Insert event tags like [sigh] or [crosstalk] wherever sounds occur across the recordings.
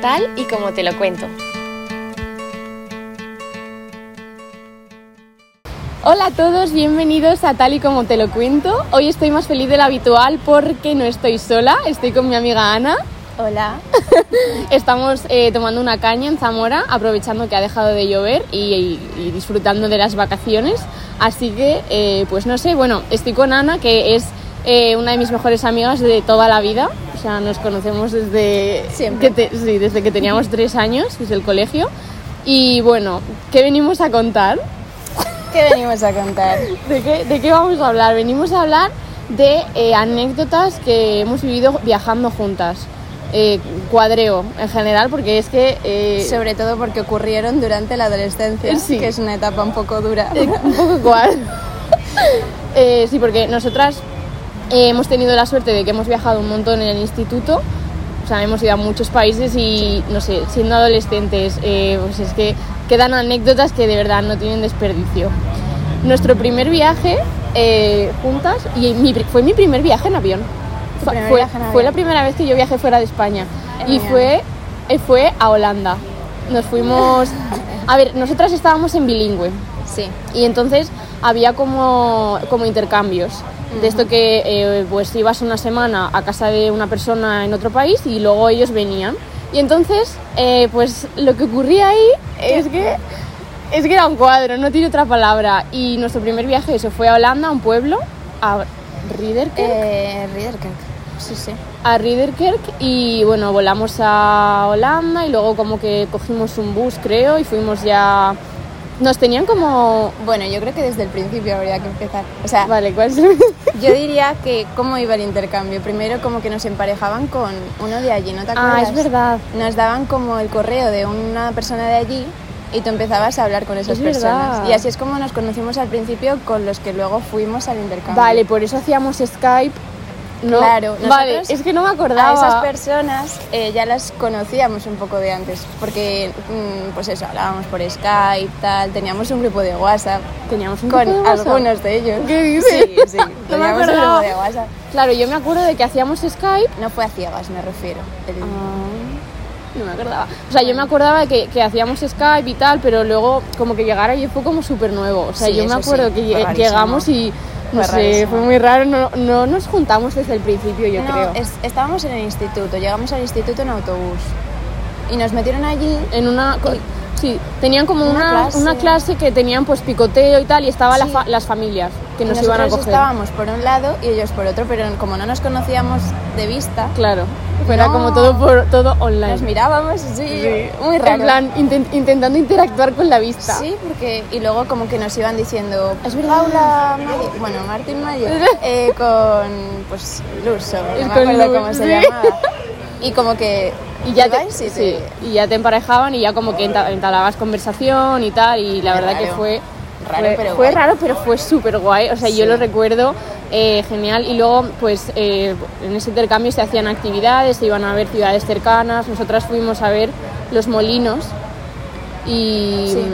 tal y como te lo cuento. Hola a todos, bienvenidos a Tal y como te lo cuento. Hoy estoy más feliz de lo habitual porque no estoy sola, estoy con mi amiga Ana. Hola. [laughs] Estamos eh, tomando una caña en Zamora, aprovechando que ha dejado de llover y, y- y disfrutando de las vacaciones. Así que, eh, pues no sé, bueno, estoy con Ana, que es eh, una de mis mejores amigas de toda la vida. O sea, nos conocemos desde, Siempre. que te- sí, desde que teníamos tres años, desde el colegio. Y bueno, ¿qué venimos a contar? ¿Qué venimos a contar? ¿De qué, de qué vamos a hablar? Venimos a hablar de eh, anécdotas que hemos vivido viajando juntas. Eh, cuadreo en general, porque es que. eh, Sobre todo porque ocurrieron durante la adolescencia, Sí. que es una etapa un poco dura. eh, un poco cuadro. [laughs] Eh, sí, porque nosotras eh, hemos tenido la suerte de que hemos viajado un montón en el instituto. O sea, hemos ido a muchos países y, no sé, siendo adolescentes, eh, pues es que quedan anécdotas que de verdad no tienen desperdicio. Nuestro primer viaje eh, juntas, y mi pri- fue mi primer viaje en avión. Tu Fa- primer fue, viaje en fue avión. la primera vez que yo viajé fuera de España. El Y mío. fue, eh, fue a Holanda. Nos fuimos... A ver, nosotras estábamos en bilingüe. Sí. Y entonces había como, como intercambios. De esto que eh, pues ibas una semana a casa de una persona en otro país y luego ellos venían. Y entonces, eh, pues lo que ocurría ahí es que, es que era un cuadro, no tiene otra palabra. Y nuestro primer viaje se fue a Holanda, a un pueblo, a Ridderkerk Eh, Ridderkerk. Sí, sí. a Ridderkerk y bueno, volamos a Holanda y luego como que cogimos un bus, creo, y fuimos ya... Nos tenían como... [laughs] Bueno, yo creo que desde el principio habría que empezar. O sea, Vale, ¿cuál es el- yo diría que cómo iba el intercambio. Primero como que nos emparejaban con uno de allí, ¿no te acuerdas? Ah, es verdad. Nos daban como el correo de una persona de allí y tú empezabas a hablar con esas Es verdad. personas. Y así es como nos conocimos al principio con los que luego fuimos al intercambio. Vale, por eso hacíamos Skype. No, Claro, nosotros- vale, es que no me acordaba. A esas personas eh, ya las conocíamos un poco de antes, porque mm, pues eso, hablábamos por Skype, tal, teníamos un grupo de WhatsApp Teníamos un con grupo de WhatsApp. algunos de ellos. ¿Qué dices? Sí, [laughs] sí, No me teníamos un acordaba. grupo de WhatsApp. Claro, yo me acuerdo de que hacíamos Skype. No fue a ciegas, me refiero. el- Ah, No me acordaba. O sea, yo me acordaba de que, que hacíamos Skype y tal, pero luego como que llegara y fue como súper nuevo. O sea, Sí, yo me eso sí, acuerdo que fue lle- rarísimo. llegamos y no Fue sé, rarísimo. fue muy raro. No, no nos juntamos desde el principio, yo No, creo. es- estábamos en el instituto, llegamos al instituto en autobús y nos metieron allí. En una. co- Sí, tenían como Una una, una, clase. clase. que tenían pues picoteo y tal, y estaban Sí. las familias que y nos nosotros iban a coger. estábamos por un lado y ellos por otro, pero como no nos conocíamos de vista, Claro, fuera No. como todo por todo online. nos mirábamos, sí, Sí. muy raro. En plan, inten- intentando interactuar con la vista. Sí, porque y luego como que nos iban diciendo Es verdad. Paula Mayo, bueno Martín [laughs] Mayo eh, con pues Lurso, Es no me con acuerdo Lur, cómo se sí. llamaba y como que Y ya, te, ibais y sí, te- y ya te emparejaban y ya como que enta- entablabas conversación y tal, y la Muy verdad que raro. fue... Raro, fue, pero fue guay. raro, pero fue súper guay. O sea, yo Sí. lo recuerdo eh, genial. Y luego, pues, eh, en ese intercambio se hacían actividades, se iban a ver ciudades cercanas. Nosotras fuimos a ver los molinos y, Sí.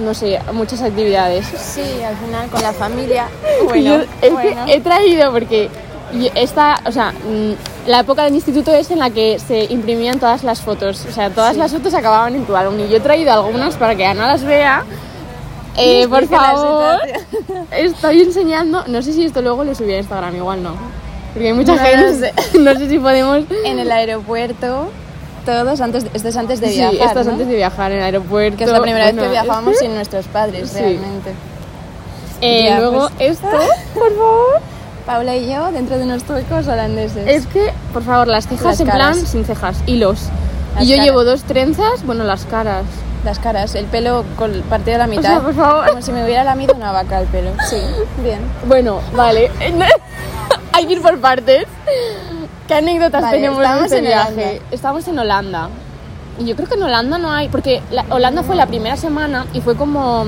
mm, no sé, muchas actividades. sí, al final con [laughs] la familia Que yo- bueno, es bueno. que he traído porque yo- esta, o sea, mm, la época del instituto es en la que se imprimían todas las fotos, o sea, todas Sí. las fotos acababan en tu álbum y yo he traído algunas para que Ana las vea. [laughs] Eh, Y por explica la favor, estoy enseñando, no sé si esto luego lo subí a Instagram, igual no, porque hay mucha No lo gente, [laughs] no sé si podemos... en el aeropuerto todos antes de- esto es antes de sí, viajar, estas ¿no? antes de viajar en el aeropuerto. que es la primera vez bueno, que viajábamos [laughs] sin nuestros padres Sí. realmente. Eh, Ya, luego pues. esto, por favor. Paula y yo dentro de unos trucos holandeses. Es que, por favor, las cejas Las en caras. plan sin cejas, hilos. Las y yo caras. llevo dos trenzas, bueno, las caras. Las caras, el pelo col- partido a la mitad. sea, por favor. [laughs] Como si me hubiera lamido una vaca el pelo. Sí, bien. Bueno, vale. [laughs] Hay que ir por partes. ¿Qué anécdotas Vale, tenemos de estamos este en viaje? Holanda. Estamos en Holanda. Y yo creo que en Holanda no hay, porque la- Holanda fue la primera semana y fue como,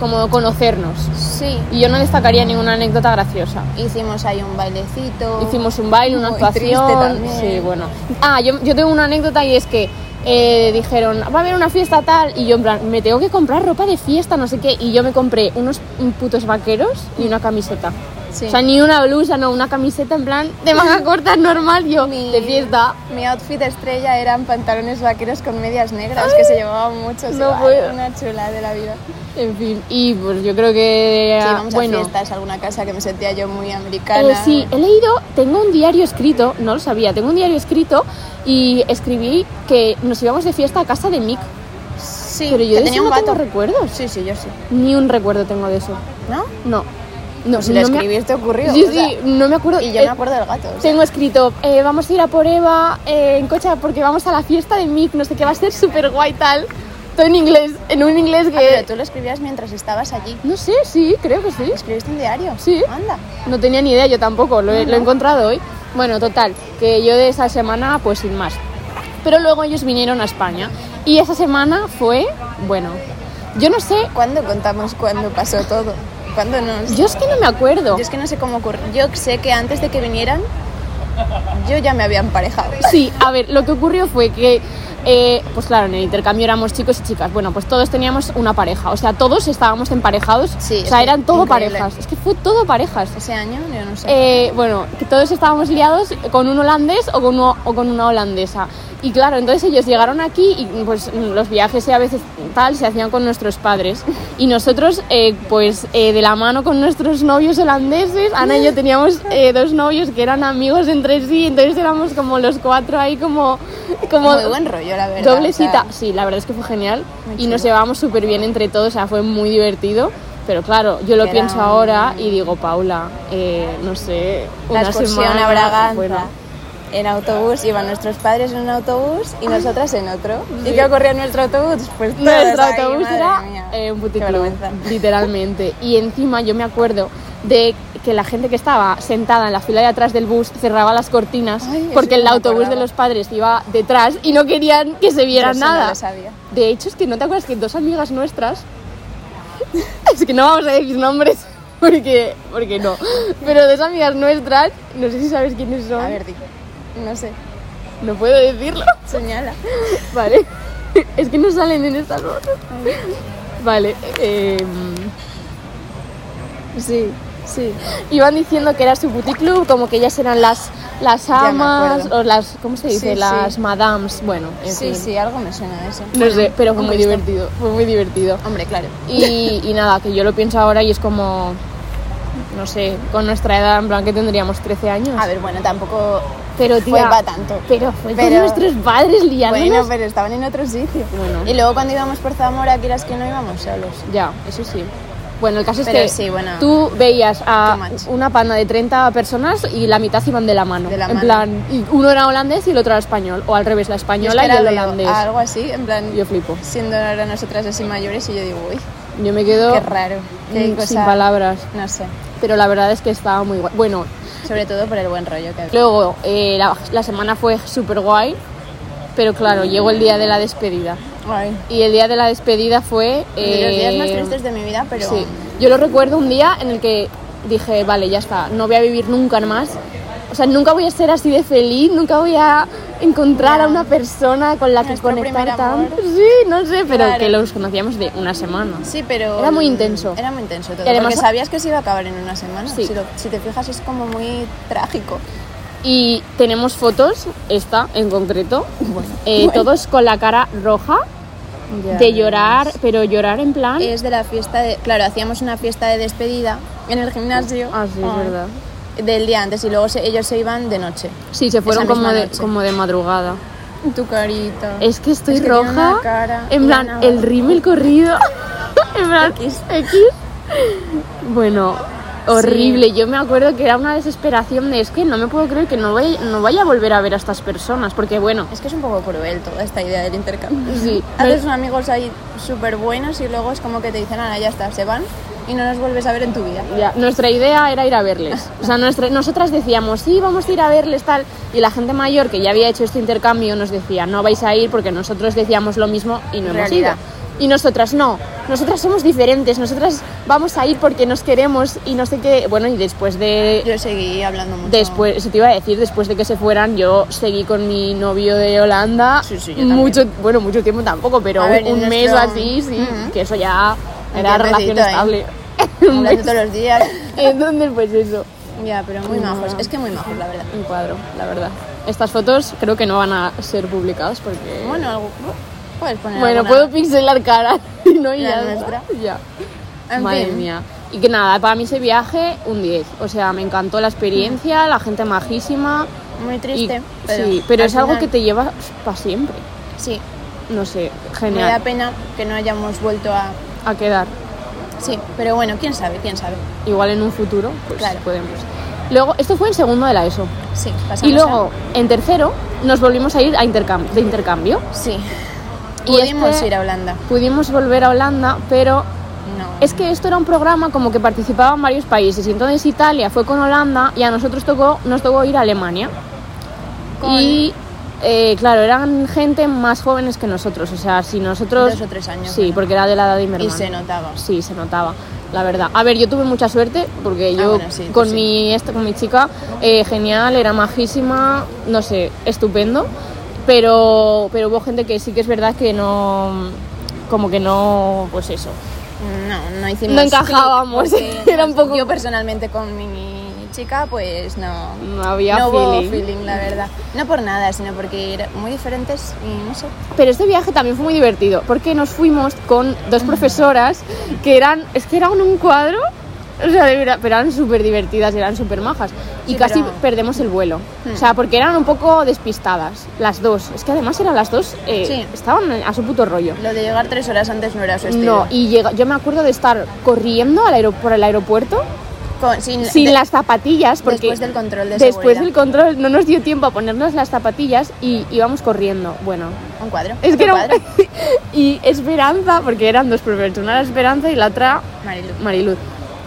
como conocernos. Sí. Y yo no destacaría ninguna anécdota graciosa. Hicimos ahí un bailecito. Hicimos un baile, una Muy triste actuación. también. Sí, bueno. Ah, yo, yo tengo una anécdota y es que eh, dijeron, va a haber una fiesta tal, y yo en plan, me tengo que comprar ropa de fiesta, no sé qué, y yo me compré unos putos vaqueros y una camiseta. Sí. O sea, ni una blusa, no, una camiseta en plan de [laughs] manga corta normal, yo, Mi- de fiesta. Mi outfit estrella eran pantalones vaqueros con medias negras, que se llevaban mucho. se no va, puedo. Una chula de la vida. En fin, y pues yo creo que... ah, Sí, vamos bueno, a fiestas, a alguna casa que me sentía yo muy Eh, americana. sí, he leído, tengo un diario escrito, no lo sabía, tengo un diario escrito y escribí que nos íbamos de fiesta a casa de Mick. Sí, pero yo que de tenía eso un no tengo vato. recuerdos. Sí, sí, yo sí. Ni un recuerdo tengo de eso. ¿No? Pues No. No, Si lo no me- escribiste, ocurrió. Sí, o sea, sí, no me acuerdo. y yo Eh, me acuerdo del gato. o sea, Tengo escrito, eh, vamos a ir a por Eva eh, en coche porque vamos a la fiesta de Mick, no sé qué, va a ser súper guay tal. Todo en inglés, en un inglés Ah, pero que... tú lo escribías mientras estabas allí. No sé, sí, creo que sí. ¿Escribiste un diario? Sí. Anda. No tenía ni idea, yo tampoco, lo he, lo he encontrado hoy. Bueno, total, que yo de esa semana, pues sin más. Pero luego ellos vinieron a España y esa semana fue, bueno, yo no sé, ¿Cuándo contamos cuándo pasó todo? ¿Cuándo nos...? yo es que no me acuerdo. Yo es que no sé cómo ocurrió. Yo sé que antes de que vinieran, yo ya me había emparejado. Sí, a ver, lo que ocurrió fue que, eh, pues claro, en el intercambio éramos chicos y chicas. Bueno, pues todos teníamos una pareja, o sea, todos estábamos emparejados. Sí, o sea, es eran todo increíble. parejas. Es que fue todo parejas. Ese año, yo no sé. Eh, bueno, que todos estábamos liados con un holandés o con, uno- o con una holandesa. Y claro, entonces ellos llegaron aquí y pues los viajes a veces tal se hacían con nuestros padres. Y nosotros, eh, pues eh, de la mano con nuestros novios holandeses, Ana y yo teníamos eh, dos novios que eran amigos entre sí, entonces éramos como los cuatro ahí como... como Muy buen rollo, la verdad. Doble o sea, cita, sí, la verdad es que fue genial Muy y nos chulo. llevábamos súper bien entre todos, o sea, fue muy divertido. Pero claro, yo lo Era pienso un- ahora y digo, Paula, eh, no sé, la una excursión semana a Braganza. fuera. En autobús, iban nuestros padres en un autobús y nosotras en otro. ¿Y qué ocurría en nuestro autobús? Pues todas Nuestro ahí, autobús madre era mía. eh, un Qué puticlub, vergüenza. [laughs] literalmente. Y encima yo me acuerdo de que la gente que estaba sentada en la fila de atrás del bus cerraba las cortinas Ay, eso porque no el me autobús de acordaba. los padres iba detrás y no querían que se viera Yo eso no nada. lo sabía. De hecho, es que no te acuerdas que dos amigas nuestras. [laughs] Es que no vamos a decir nombres [laughs] porque, porque no. Pero dos amigas nuestras, no sé si sabes quiénes son. A ver, di. No sé. No puedo decirlo. [laughs] Señala. Vale. [laughs] Es que no salen en esta foto. Vale. eh, Sí, sí. iban diciendo que era su puticlub, como que ellas eran las, las me amas acuerdo. o las. ¿Cómo se dice? Sí, sí. las madams. Bueno, en Sí, fin. sí, algo me suena de eso. No sé, pero fue Un muy Cristo. divertido. Fue muy divertido. Hombre, claro. Y, y nada, que yo lo pienso ahora y es como, no sé, con nuestra edad, en plan que tendríamos 13 años. A ver, bueno, tampoco. pero fue pa' tanto. Pero fue con Pero- nuestros padres liándonos. Bueno, pero estaban en otro sitio. Bueno. Y luego cuando íbamos por Zamora, que eras que no íbamos solos. Ya, eso sí. Bueno, el caso es Pero que sí, bueno. tú veías a Too much. una pana de 30 personas y la mitad iban de la mano. De la en mano. plan, y uno era holandés y el otro era español. O al revés, la Yo española y esperaba el holandés. Algo así, en plan. Yo flipo. Siendo ahora nosotras así mayores, y yo digo, uy, Yo me quedo qué raro. Qué mm, cosa. sin palabras. No sé. Pero la verdad es que estaba muy guay. Bueno, Sobre todo por el buen rollo que había. Luego, eh, la, la semana fue súper guay, pero claro, llegó el día de la despedida. Ay. Y el día de la despedida fue... De los días más eh, tristes de mi vida, pero. Sí, yo lo recuerdo un día en el que dije, vale, ya está, no voy a vivir nunca más. O sea, nunca voy a ser así de feliz, nunca voy a encontrar Ya. a una persona con la que Nuestro conectar primer amor. tanto. [laughs] Sí, no sé, pero Claro. que los conocíamos de una semana. Sí, pero... Era muy mm, intenso. Era muy intenso todo. Y además- porque sabías que se iba a acabar en una semana. Sí. Si, lo- si te fijas es como muy trágico. Y tenemos fotos, esta en concreto, eh, todos con la cara roja, de llorar, pero llorar en plan... Es de la fiesta de... Claro, hacíamos una fiesta de despedida en el gimnasio. Ah, sí, es Ay. verdad. Del día antes y luego se- ellos se iban de noche. Sí, se fueron Esa misma como de, noche. como de madrugada. Tu carita. Es que estoy Es que tiene roja. una cara y en una plan, boca. el rímel [laughs] corrido. en plan, X. X. Bueno, horrible. Yo me acuerdo que era una desesperación de es que no me puedo creer que no vaya, no vaya a volver a ver a estas personas. Porque bueno, Es que es un poco cruel toda esta idea del intercambio. sí. Haces unos amigos ahí súper buenos y luego es como que te dicen, ahora ya está, se van y no los vuelves a ver en tu vida. Ya, nuestra idea era ir a verles. O sea, nuestra- nosotras decíamos, sí, vamos a ir a verles tal. Y la gente mayor que ya había hecho este intercambio nos decía, no vais a ir porque nosotros decíamos lo mismo y no hemos ido. Realidad. Y nosotras no, nosotras somos diferentes, nosotras vamos a ir porque nos queremos y no sé qué. Bueno, y después de... Yo seguí hablando mucho. Después, se te iba a decir, después de que se fueran, yo seguí con mi novio de Holanda. Sí, sí, yo también. mucho, bueno, mucho tiempo tampoco, pero A un, ver, en un mes o nuestro- así, sí, Ujú. que eso ya era Entiendecito, relación ¿eh? estable. [laughs] Un abrazo todos los días. Entonces, pues eso. Ya, pero muy No. majos. Es que muy majos, la verdad. Un cuadro, la verdad. Estas fotos creo que no van a ser publicadas porque... Bueno, algo, uh, puedes poner Bueno, alguna- puedo pixelar cara, [laughs] ¿no? Y La ya, nuestra. [laughs] ya. En Madre fin. mía. Y que nada, para mí ese viaje, un 10. O sea, me encantó la experiencia, la gente majísima. Muy y- triste. sí, pero al es algo final- que te lleva para siempre. Sí, No sé, me da genial. pena que no hayamos vuelto a... A quedar. Sí, pero bueno, quién sabe, quién sabe. Igual en un futuro, pues Claro. podemos. Luego, esto fue en segundo de la ESO. Sí, pasamos Y luego, en tercero, nos volvimos a ir a intercam- de intercambio. a- Sí. Y Pudimos este- ir a Holanda. Pudimos volver a Holanda, pero No. Es que esto era un programa como que participaban varios países y entonces Italia fue con Holanda y a nosotros tocó, nos tocó ir a Alemania. Con Y eh, claro, eran gente más jóvenes que nosotros, o sea, si nosotros... Dos o tres años, Sí, bueno. porque era de la edad de mi Y hermano. se notaba. Sí, se notaba, la verdad. A ver, yo tuve mucha suerte porque yo Ah, bueno, sí, tú con, sí. mi, esto, con mi chica, eh, genial, era majísima, no sé, estupendo, pero, pero hubo gente que sí que es verdad que no... Como que no, pues eso, No, no hicimos. No encajábamos, clic, [laughs] porque era un poco- Yo personalmente con mi chica, pues no. No había no hubo feeling. feeling, la verdad. No por nada, sino porque eran muy diferentes y no sé. Pero este viaje también fue muy divertido porque nos fuimos con dos profesoras que eran, es que eran un cuadro, o sea, de verdad, pero eran súper divertidas, eran súper majas y Sí, casi pero- perdemos el vuelo. Hmm. O sea, porque eran un poco despistadas las dos. Es que además eran las dos, eh, Sí. estaban a su puto rollo. Lo de llegar tres horas antes no era su estilo. No, y llega- yo me acuerdo de estar corriendo al aero- por el aeropuerto Con- sin, sin de- las zapatillas porque después del control de después seguridad. del control no nos dio tiempo a ponernos las zapatillas y íbamos corriendo. Bueno, Un cuadro. Es que un era un- cuadro. [laughs] y Esperanza, porque eran dos profesores, una era Esperanza y la otra [laughs] Marilu. Mariluz.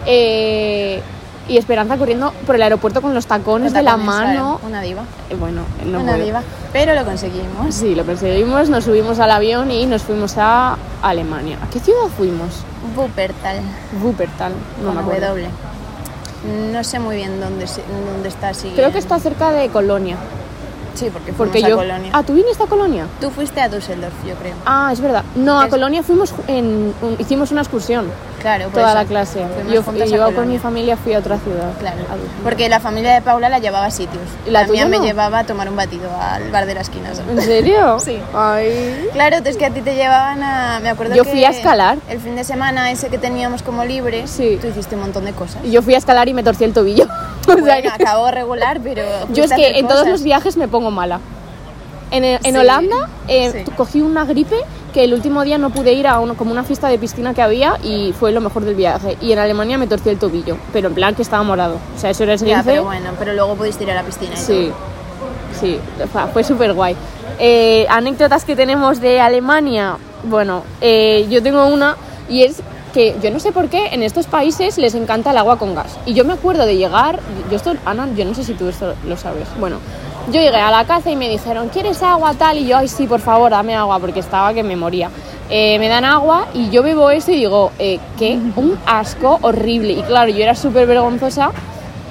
Eh, y Esperanza corriendo por el aeropuerto con los tacones, Con de la tacones, mano. claro, Una diva. Eh, bueno, no una puedo. diva. Pero lo conseguimos. Sí, lo perseguimos, nos subimos al avión y nos fuimos a Alemania. ¿A qué ciudad fuimos? Wuppertal. Wuppertal, no con me acuerdo. W. No sé muy bien dónde, se- dónde está. Si Creo que está cerca de Colonia. Sí, porque fuimos Porque a yo. Colonia. Ah, ¿tú viniste a Colonia? Tú fuiste a Düsseldorf, yo creo. Ah, es verdad. No, a Es- Colonia fuimos ju- en, un- hicimos una excursión. Claro, por Toda eso la clase. fuimos Yo, juntas Pues a yo con Colonia. mi familia fui a otra ciudad. Claro, A Dubái. porque la familia de Paula la llevaba a sitios. ¿Y la mía tuya me no? llevaba a tomar un batido al bar de la esquina. solo. ¿En serio? [laughs] Sí. Ay. Claro, es que a ti te llevaban a... Me acuerdo Yo que fui a escalar. El fin de semana ese que teníamos como libre, Sí. tú hiciste un montón de cosas. Yo fui a escalar y me torcí el tobillo. [laughs] O sea Bueno, que- acabó regular, pero... [laughs] fuiste yo es a que hacer en todos cosas. los viajes me pongo mala. En, en Sí. Holanda eh, Sí. cogí una gripe que el último día no pude ir a uno- como una fiesta de piscina que había y fue lo mejor del viaje. Y en Alemania me torcí el tobillo, pero en plan que estaba morado. O sea, eso era Ya, esguince. pero bueno, pero luego pudiste ir a la piscina y Sí, sí, fa- fue súper guay. Eh, anécdotas que tenemos de Alemania. Bueno, eh, yo tengo una y es que yo no sé por qué en estos países les encanta el agua con gas. Y yo me acuerdo de llegar, yo esto, Ana, yo no sé si tú esto lo sabes. Bueno, yo llegué a la casa y me dijeron, ¿quieres agua tal? Y yo, ay, sí, por favor, dame agua, porque estaba que me moría. Eh, me dan agua y yo bebo eso y digo, eh, qué un asco horrible. Y claro, yo era súper vergonzosa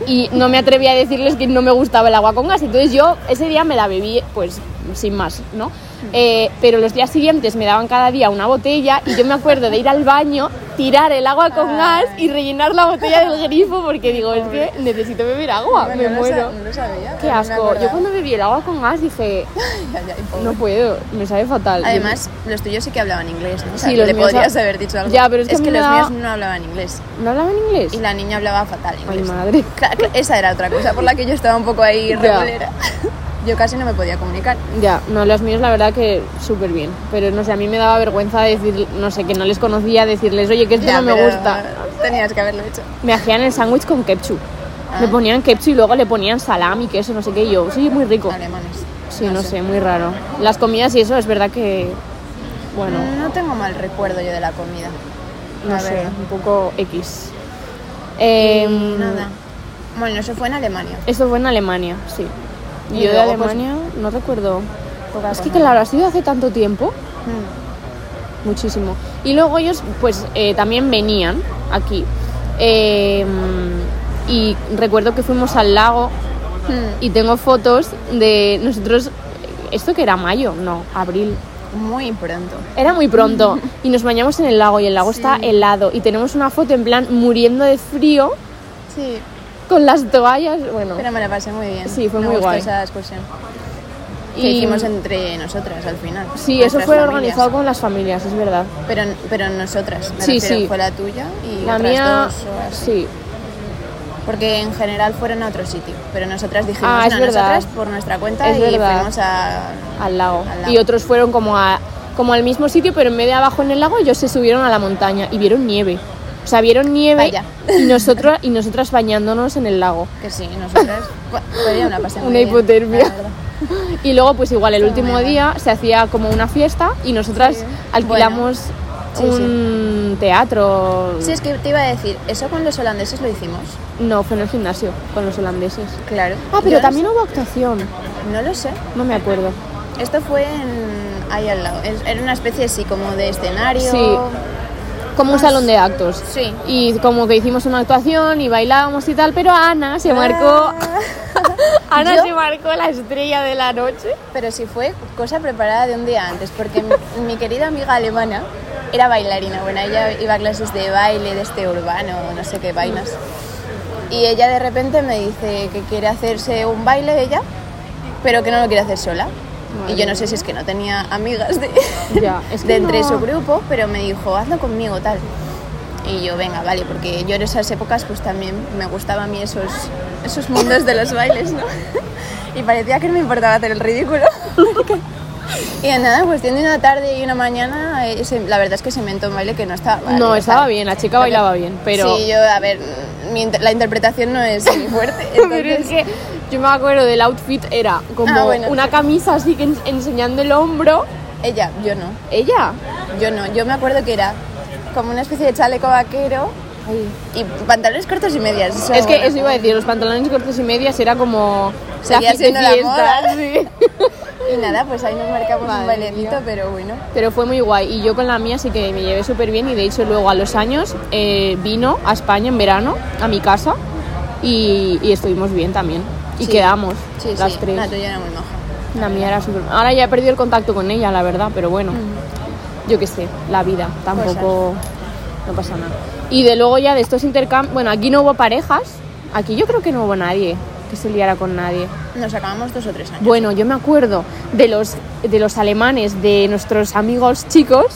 y no me atreví a decirles que no me gustaba el agua con gas. Entonces yo ese día me la bebí, pues sin más, ¿no? Eh, pero los días siguientes me daban cada día una botella y yo me acuerdo de ir al baño, tirar el agua con Ah. gas y rellenar la botella del grifo porque digo, es que necesito beber agua, todo. Ah, me Bueno, no lo muero. sa- No lo sabía. Qué pero me asco. Yo acordaba. cuando bebí el agua con gas dije, Ay, ay, pobre. no puedo, me sabe fatal. Yo- Además, los tuyos sí que hablaban inglés. ¿no? O sea, Sí, los le míos podrías hab- haber dicho algo. Ya, pero es que a mí me los da- míos no hablaban inglés. ¿No hablaban inglés? Y la niña hablaba fatal Ay, inglés. madre. Cla- cla- Esa era otra cosa por la que yo estaba un poco ahí Ya. regulera. [laughs] Yo casi no me podía comunicar. Ya, no, los míos la verdad que súper bien. Pero no sé, a mí me daba vergüenza decir, no sé, que no les conocía, decirles, oye, que esto Ya, no me pero gusta. Tenías que haberlo hecho. Me hacían el sándwich con ketchup. Ah. Me ponían ketchup y luego le ponían salami, queso, no sé qué. Y yo, sí, muy rico. Alemanes. Sí, no sé, muy raro. Las comidas y eso es verdad que. Bueno, No tengo mal recuerdo yo de la comida. no a sé, ver. un poco X. Y Em, nada. Bueno, eso fue en Alemania. Esto fue en Alemania, sí. Y Yo de luego, pues, Alemania no recuerdo. poca Es que cosa. claro, ha sido hace tanto tiempo, Mm. muchísimo. Y luego ellos pues eh, también venían aquí. Eh, y recuerdo que fuimos al lago Mm. y tengo fotos de nosotros... ¿Esto que era mayo? No, abril. Mm. muy pronto. Era muy [laughs] pronto y nos bañamos en el lago y el lago está Sí. helado y tenemos una foto en plan muriendo de frío Sí, con las toallas, bueno, pero me la pasé muy bien. Sí, fue Me muy gustó guay. esa excursión. Que Y- hicimos entre nosotras al final. sí, eso nuestras fue familias. organizado con las familias, es verdad. Pero, pero nosotras, me Sí, refiero, sí. fue la tuya y La otras mía, dos o así. sí, Porque en general fueron a otro sitio, pero nosotras dijimos, Ah, es no, verdad. nosotras por nuestra cuenta Es y verdad. fuimos a... al lago. Al lago. Y otros fueron como a como al mismo sitio, pero en vez de abajo en el lago, ellos se subieron a la montaña y vieron nieve. O sea, vieron nieve Vaya. y nosotros y nosotras bañándonos en el lago. Que sí, [laughs] nosotras... bueno, fue una pasé muy Una bien, hipotermia. la verdad. Y luego, pues igual, el Está último muy bien. día se hacía como una fiesta y nosotras Sí. alquilamos Bueno. Sí, un teatro. Sí, es que te iba a decir, eso con los holandeses lo hicimos. No, fue en el gimnasio con los holandeses. Claro. Ah, Yo pero no también hubo actuación. sé- No lo sé. No me acuerdo. Esto fue en... ahí al lado. Es- Era una especie así como de escenario. Sí. Como un Ah, salón de actos. Sí. Y como que hicimos una actuación y bailábamos y tal, pero Ana se marcó. Ah, Ana ¿Yo? se marcó la estrella de la noche. Pero sí fue cosa preparada de un día antes, porque mi, [laughs] mi querida amiga alemana era bailarina. Bueno, ella iba a clases de baile, de este urbano, no sé qué vainas. Y ella de repente me dice que quiere hacerse un baile ella, pero que no lo quiere hacer sola. Madre y yo no mía. sé si es que no tenía amigas de, [laughs] Ya, es que de entre no. su grupo, pero me dijo, hazlo conmigo, tal. Y yo, venga, vale, porque yo en esas épocas pues también me gustaba a mí esos, esos mundos de [laughs] los bailes, ¿no? Y parecía que no me importaba hacer el ridículo. [laughs] y nada, en cuestión de una tarde y una mañana, eh, se- la verdad es que se inventó un baile que no estaba mal, no, o estaba sea, bien, la chica lo que- bailaba bien, pero. Sí, yo, a ver, mi inter- la interpretación no es mi fuerte, [laughs] Pero es que entonces... yo me acuerdo del outfit era como Ah, bueno, una camisa así que en- enseñando el hombro. Ella, yo no, Ella. yo no. Yo me acuerdo que era como una especie de chaleco vaquero y pantalones cortos y medias. eso es que bueno. eso iba a decir, los pantalones cortos y medias era como Seguía fi- siendo la moda. sí. [laughs] Y nada, pues ahí nos marcamos Madre un bailecito, mía. pero bueno. Pero fue muy guay y yo con la mía sí que me llevé súper bien y de hecho luego a los años eh, vino a España en verano a mi casa y, y estuvimos bien también y Sí. quedamos Sí, las sí, tres. la tuya era muy maja. La mía era súper... Ahora ya he perdido el contacto con ella, la verdad, pero bueno, yo qué sé, la vida, tampoco... No pasa nada. Y de luego ya de estos intercambios... Bueno, aquí no hubo parejas, aquí yo creo que no hubo nadie que se liara con nadie. Nos acabamos dos o tres años. Bueno, yo me acuerdo de los, de los alemanes, de nuestros amigos chicos,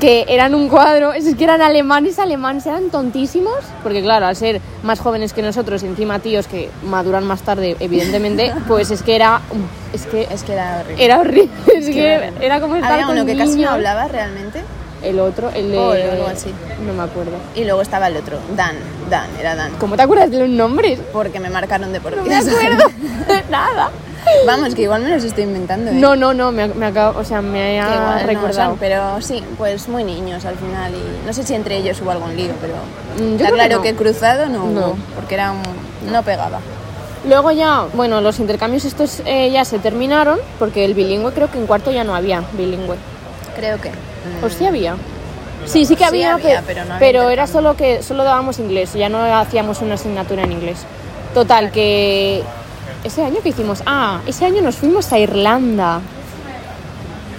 que eran un cuadro, es que eran alemanes, alemanes, eran tontísimos, porque claro, al ser más jóvenes que nosotros, y encima tíos que maduran más tarde, evidentemente, pues es que era... Es que Es que era horrible. era [laughs] horrible, es Es que, que horrible. era como estar Había con uno que casi no niños. hablaba realmente El otro, el de... Paul o algo así. No me acuerdo. y luego estaba el otro, Dan, Dan, era Dan. ¿Cómo te acuerdas de los nombres? [laughs] Porque me marcaron de por No me [laughs] vida. acuerdo nada. Vamos, que igual me los estoy inventando. ¿eh? No, no, no, me, ac- me acabo, o sea, me Que ha igual no recordado. son, pero sí, pues muy niños al final. Y no sé si entre ellos hubo algún lío, pero Mm, yo creo está que claro no. que, cruzado no hubo, No. porque era un... no pegaba. Luego ya, bueno, los intercambios estos eh, ya se terminaron, porque el bilingüe creo que en cuarto ya no había bilingüe. Creo que. ¿O Pues sí había? Sí, sí que Sí había, había, pe- pero no había era intercambio. solo que solo dábamos inglés, ya no hacíamos una asignatura en inglés. Total, que ese año que hicimos, ah, ese año nos fuimos a Irlanda,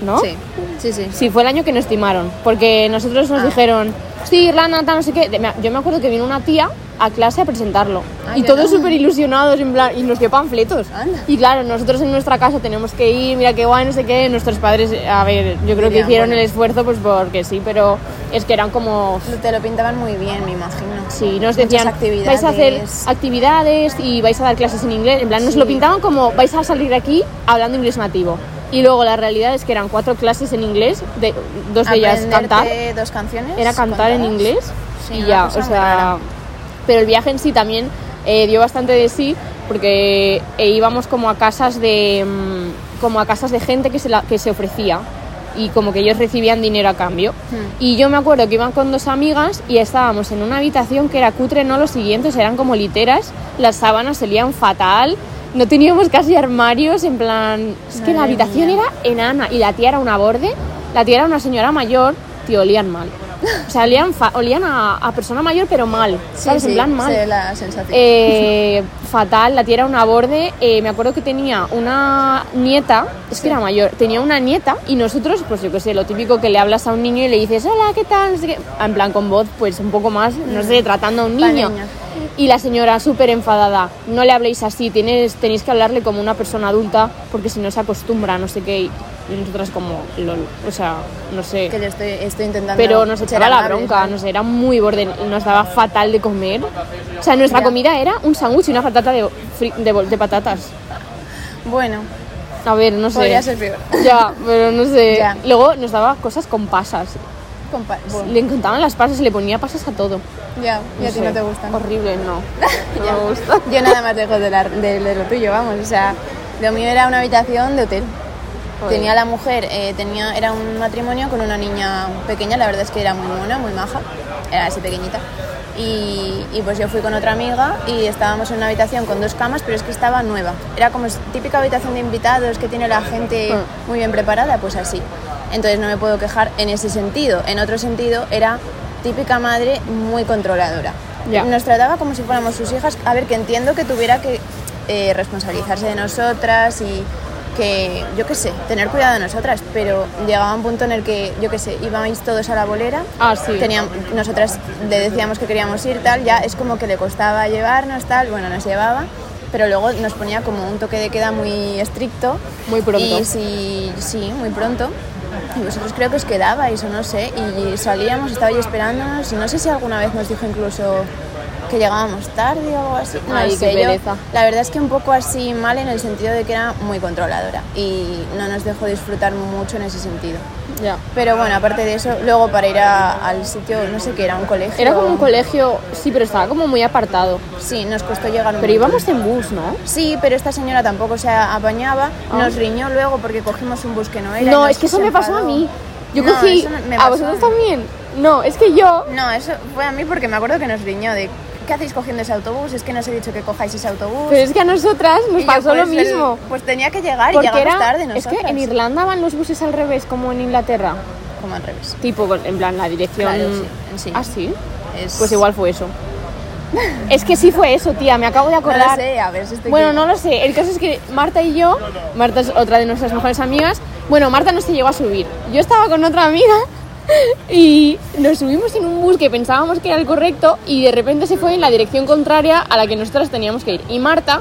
¿no? Sí, sí, sí. Sí, fue el año que nos timaron, porque nosotros nos Ah. dijeron, sí, Irlanda, tal, no sé qué. De- me- Yo me acuerdo que vino una tía a clase a presentarlo. Ah, y ya. todos súper ilusionados, en plan, y nos dio panfletos. Anda. Y claro, nosotros en nuestra casa tenemos que ir, mira qué guay, no sé qué. Nuestros padres, a ver, yo creo que Dirían, hicieron bueno. el esfuerzo, pues porque sí, pero es que eran como. Te lo pintaban muy bien, me imagino. Sí, nos Muchas decían, actividades. vais a hacer actividades y vais a dar clases en inglés. En plan, nos lo pintaban como, vais a salir de aquí hablando inglés nativo. Y luego la realidad es que eran cuatro clases en inglés, de, dos de ellas Aprenderte cantar. dos canciones. era cantar en contadas. inglés Sí, y una ya, cosa o muy sea, rara. pero el viaje en sí también eh, dio bastante de sí porque eh, íbamos como a casas de mm, como a casas de gente que se, la- que se ofrecía y como que ellos recibían dinero a cambio. Hmm. Y yo me acuerdo que iban con dos amigas y estábamos en una habitación que era cutre, no los siguientes, eran como literas, las sábanas se lían fatal, no teníamos casi armarios, en plan, es que la Madre habitación mía. era enana y la tía era una borde, la tía era una señora mayor, tío, olían mal. O sea, olían, fa- olían a, a persona mayor, pero mal. Sí, ¿Sabes? sí, en plan mal. sé la sensación. Eh, fatal, la tía era una borde. eh, me acuerdo que tenía una nieta, es que era mayor, tenía una nieta y nosotros, pues yo qué sé, lo típico que le hablas a un niño y le dices, hola, ¿qué tal? No sé qué. En plan con voz, pues un poco más, no sé, tratando a un Pa' niño. niño. Y la señora súper enfadada, no le habléis así, tienes, tenéis que hablarle como una persona adulta porque si no se acostumbra, no sé qué. Y nosotras como, lol, o sea, no sé. que le estoy, estoy intentando. Pero nos ser echaba la amable, bronca, ¿no? nos era muy borde, nos daba fatal de comer. O sea, nuestra Ya. comida era un sándwich y una patata de, fri- de, bol- de patatas. Bueno, A ver, no sé. podría ser peor. [laughs] Ya, pero no sé. Ya. Luego nos daba cosas con pasas. Compa- bueno, Le encantaban las pasas y le ponía pasas a todo. ya, y No a ti sé. no te gustan. Horrible, [laughs] no. No me gusta. Yo nada más dejo de, la- de- de lo tuyo, vamos. O sea, lo mío era una habitación de hotel. Joder. Tenía la mujer, eh, tenía, era un matrimonio con una niña pequeña, la verdad es que era muy mona, muy maja, era así pequeñita. Y, y pues yo fui con otra amiga y estábamos en una habitación con dos camas, pero es que estaba nueva. Era como es- típica habitación de invitados que tiene la gente Mm. muy bien preparada, pues así. Entonces no me puedo quejar en ese sentido. En otro sentido, era típica madre muy controladora. Ya. Nos trataba como si fuéramos sus hijas. A ver, que entiendo que tuviera que eh, responsabilizarse de nosotras y que, yo qué sé, tener cuidado de nosotras, pero llegaba un punto en el que, yo qué sé, íbamos todos a la bolera. Ah, sí. Teníamos, nosotras le decíamos que queríamos ir, tal, ya es como que le costaba llevarnos, tal, bueno, nos llevaba, pero luego nos ponía como un toque de queda muy estricto. Muy pronto. Y si, sí, muy pronto. Y vosotros creo que os quedabais o no sé, y salíamos, estaba ahí esperándonos, y no sé si alguna vez nos dijo incluso que llegábamos tarde o algo así. No Ay, sé, qué yo- pereza. la verdad es que un poco así mal en el sentido de que era muy controladora y no nos dejó disfrutar mucho en ese sentido. Ya. Pero bueno, aparte de eso, luego para ir a- al sitio, no sé qué, era un colegio. Era como un colegio, sí, pero estaba como muy apartado. Sí, nos costó llegar un Pero montón. íbamos en bus, ¿no? Sí, pero esta señora tampoco se apañaba, Ah. nos riñó luego porque cogimos un bus que no era. y No, nos- es que eso se me pasó a enfadó. mí. Yo No, cogí. eso no- me ¿A pasó vosotros mí. también? No, es que yo. No, eso fue a mí porque me acuerdo que nos riñó de ¿qué hacéis cogiendo ese autobús? Es que no os he dicho que cojáis ese autobús. Pero es que a nosotras nos Y yo, pasó lo pues, el- mismo. pues tenía que llegar y Porque llegamos era. tarde es nosotras. que en Irlanda van los buses al revés, como en Inglaterra. Como al revés. Tipo, con- en plan, la dirección. Claro, sí, en sí. Ah, sí. Es- Pues igual fue eso. es que sí fue eso, tía, me acabo de No acordar. lo sé, a ver si estoy Bueno, aquí. no lo sé. El caso es que Marta y yo, Marta es otra de nuestras mejores amigas. Bueno, Marta no se llegó a subir. Yo estaba con otra amiga [laughs] y nos subimos en un bus que pensábamos que era el correcto y de repente se fue en la dirección contraria a la que nosotras teníamos que ir. Y Marta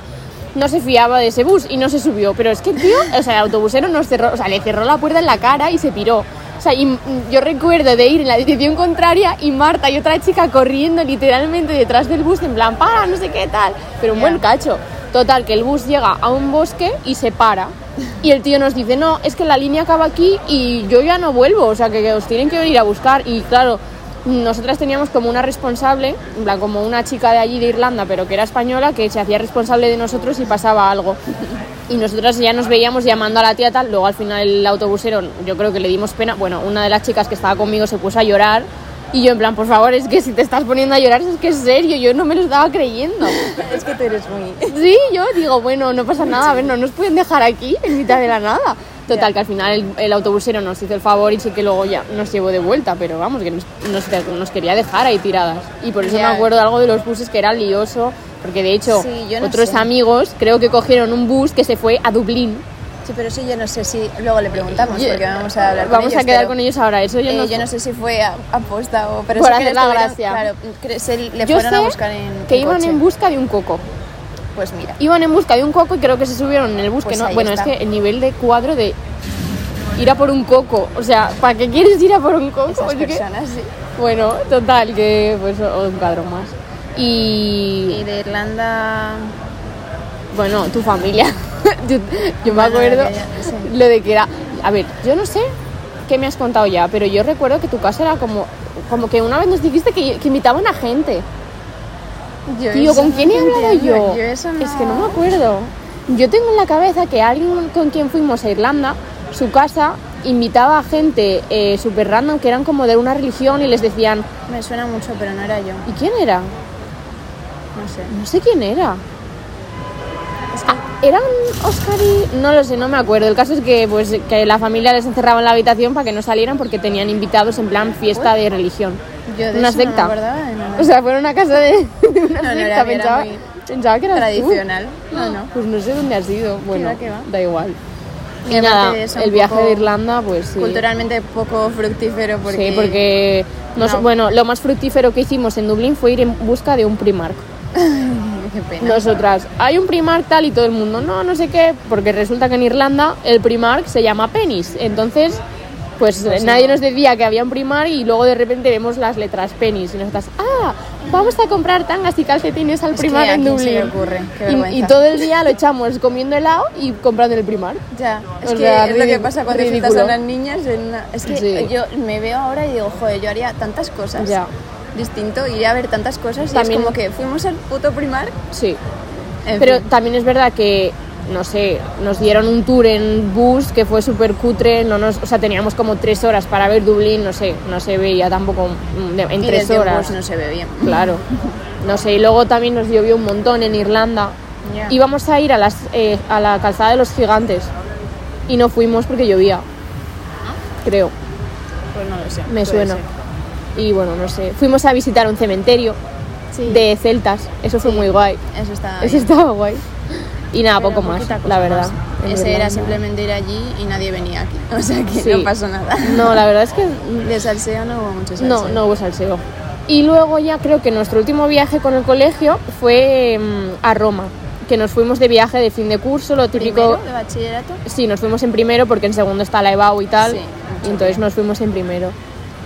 no se fiaba de ese bus y no se subió. Pero es que el tío, o sea, el autobusero nos cerró, o sea, le cerró la puerta en la cara y se piró. O sea, y mm, yo recuerdo de ir en la dirección contraria y Marta y otra chica corriendo literalmente detrás del bus en plan, para, no sé qué tal. Pero un Ya. buen cacho. Total, que el bus llega a un bosque y se para. Y el tío nos dice, no, es que la línea acaba aquí y yo ya no vuelvo, o sea, que, que os tienen que venir a buscar. Y claro, nosotras teníamos como una responsable, en plan, como una chica de allí de Irlanda, pero que era española, que se hacía responsable de nosotros y pasaba algo. Y nosotras ya nos veíamos llamando a la tía tal, luego al final el autobusero, yo creo que le dimos pena, bueno, una de las chicas que estaba conmigo se puso a llorar y yo en plan, por favor, es que si te estás poniendo a llorar es que es serio, yo no me lo estaba creyendo. [laughs] Es que tú eres muy... Sí, yo digo, bueno, no pasa nada, a ver, no nos pueden dejar aquí en mitad de la nada. Total, Ya. que al final el, el autobusero nos hizo el favor y sí que luego ya nos llevó de vuelta, pero vamos, que nos, nos te- nos quería dejar ahí tiradas. Y por eso Ya. me acuerdo algo de los buses que era lioso, porque de hecho Sí, yo no otros sé. amigos creo que cogieron un bus que se fue a Dublín. Sí, pero eso yo no sé si... Luego le preguntamos Yo- porque vamos a hablar con Vamos ellos, a quedar pero, con ellos ahora, eso yo eh, no sé. sé si fue a, a posta o... Pero Por sí que hacer les la tuvieron- gracia. Claro, cre- se le Yo fueron a sé buscar en que iban coche. en busca de un coco. Pues mira. iban en busca de un coco y creo que se subieron en el bus. Pues que no, ahí bueno, está. es que el nivel de cuadro de ir a por un coco, o sea, ¿para qué quieres ir a por un coco? Esas Es que- personas, sí. bueno, total, que pues o un cuadro más. Y Y de Irlanda... bueno, tu familia. [laughs] yo, yo me Bueno, acuerdo ya, ya, sí. lo de que era. A ver, yo no sé qué me has contado ya, pero yo recuerdo que tu casa era como, como que una vez nos dijiste que, que invitaban a gente. Yo Tío, eso ¿con no quién he hablado entiendo, yo? Yo eso no... Es que no me acuerdo. Yo tengo en la cabeza que alguien con quien fuimos a Irlanda, su casa invitaba a gente eh, súper random que eran como de una religión y les decían, Me suena mucho, pero no era yo. ¿y quién era? No sé. No sé quién era. Es que Ah, ¿Eran Oscar y...? No lo sé, no me acuerdo. El caso es que, pues, que la familia les encerraba en la habitación para que no salieran porque tenían invitados en plan fiesta de religión. Yo de una eso no me secta. Pues acordaba de nada. O sea, fue una casa de, de una No, no, era- secta. era pensaba, muy pensaba que era Tradicional. No, no. Pues no sé dónde has ido. Bueno, va, qué va. da igual. Y Y, aparte nada, de eso, un el viaje poco de Irlanda, pues sí. Culturalmente poco fructífero porque... Sí, porque nos- No. bueno, lo más fructífero que hicimos en Dublín fue ir en busca de un Primark. [laughs] Qué pena. Nosotras, hay un Primark tal y todo el mundo, no, no sé qué, porque resulta que en Irlanda el Primark se llama penis. Entonces, pues eh, nadie nos decía que había un Primark y luego de repente vemos las letras penis y nosotras, ah, vamos a comprar tangas y calcetines al Es que Primark a en quién Dublín. se le ocurre, qué Y- vergüenza. y, todo el día lo echamos comiendo helado y comprando el Primark. Ya, es O que sea, es lo que ri- pasa cuando ridículo. insultas a las niñas. en una- Es que Sí. yo me veo ahora y digo, joder, yo haría tantas cosas Ya. distinto, iría a ver tantas cosas. También- Y es como que fuimos al puto primar. Sí. en Pero fin. también es verdad que, no sé, nos dieron un tour en bus que fue súper cutre, no nos, o sea, teníamos como tres horas para ver Dublín, no sé, no se veía tampoco mm, de- en y tres desde un horas. bus no se ve bien. Claro. No sé, y luego también nos llovió un montón en Irlanda. Ya. Íbamos a ir a, las, eh, a la calzada de los gigantes y no fuimos porque llovía, creo, Pues no lo sé. me puede suena. ser. Y bueno, no sé, fuimos a visitar un cementerio Sí. de celtas, eso fue Sí. muy guay. Eso está. Eso bien. estaba guay. Y nada, Pero poco más, poquita cosa la verdad. más. en Ese era Irlanda. simplemente ir allí y nadie venía aquí. [laughs] O sea que Sí. no pasó nada. [laughs] No, la verdad es que mm, De salseo no hubo mucho salseo. no, no hubo salseo. Y luego ya creo que nuestro último viaje con el colegio fue mm, a Roma, que nos fuimos de viaje de fin de curso, lo típico... Primero de bachillerato. Sí, nos fuimos en primero porque en segundo está la EBAU y tal. Sí, y entonces nos fuimos en primero.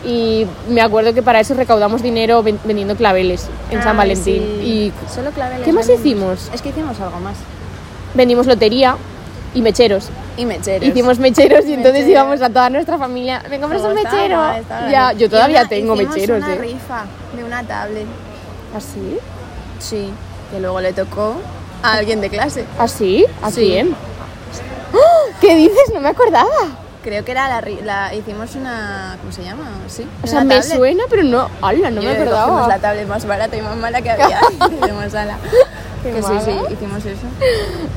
Y me acuerdo que para eso recaudamos dinero ven- vendiendo claveles en San Ay, Valentín. Ah, sí. Y Solo claveles. ¿Qué más vendimos. hicimos? Es que hicimos algo más. vendimos lotería y mecheros. Y mecheros. Hicimos mecheros y entonces Mecheros. íbamos a toda nuestra familia. Me compras Como un estaba mechero. guay, estaba guay. ya, yo Y todavía una- tengo hicimos mecheros, una ¿eh? rifa de una tablet. ¿Así? Sí. Que luego le tocó a alguien de clase. ¿Así? ¿Ah, ¿A Sí. quién? ¡Ah! ¿Qué dices? No me acordaba. Creo que era la, ri- la- hicimos una ¿cómo se llama? Sí. O sea, una me tablet. suena, pero no. ¡Hala! No Yo me creo que cogimos acordaba. la tablet más barata y más mala [laughs] que había. Y dijimos, "Hala". Qué Que sí, mala. sí, hicimos eso.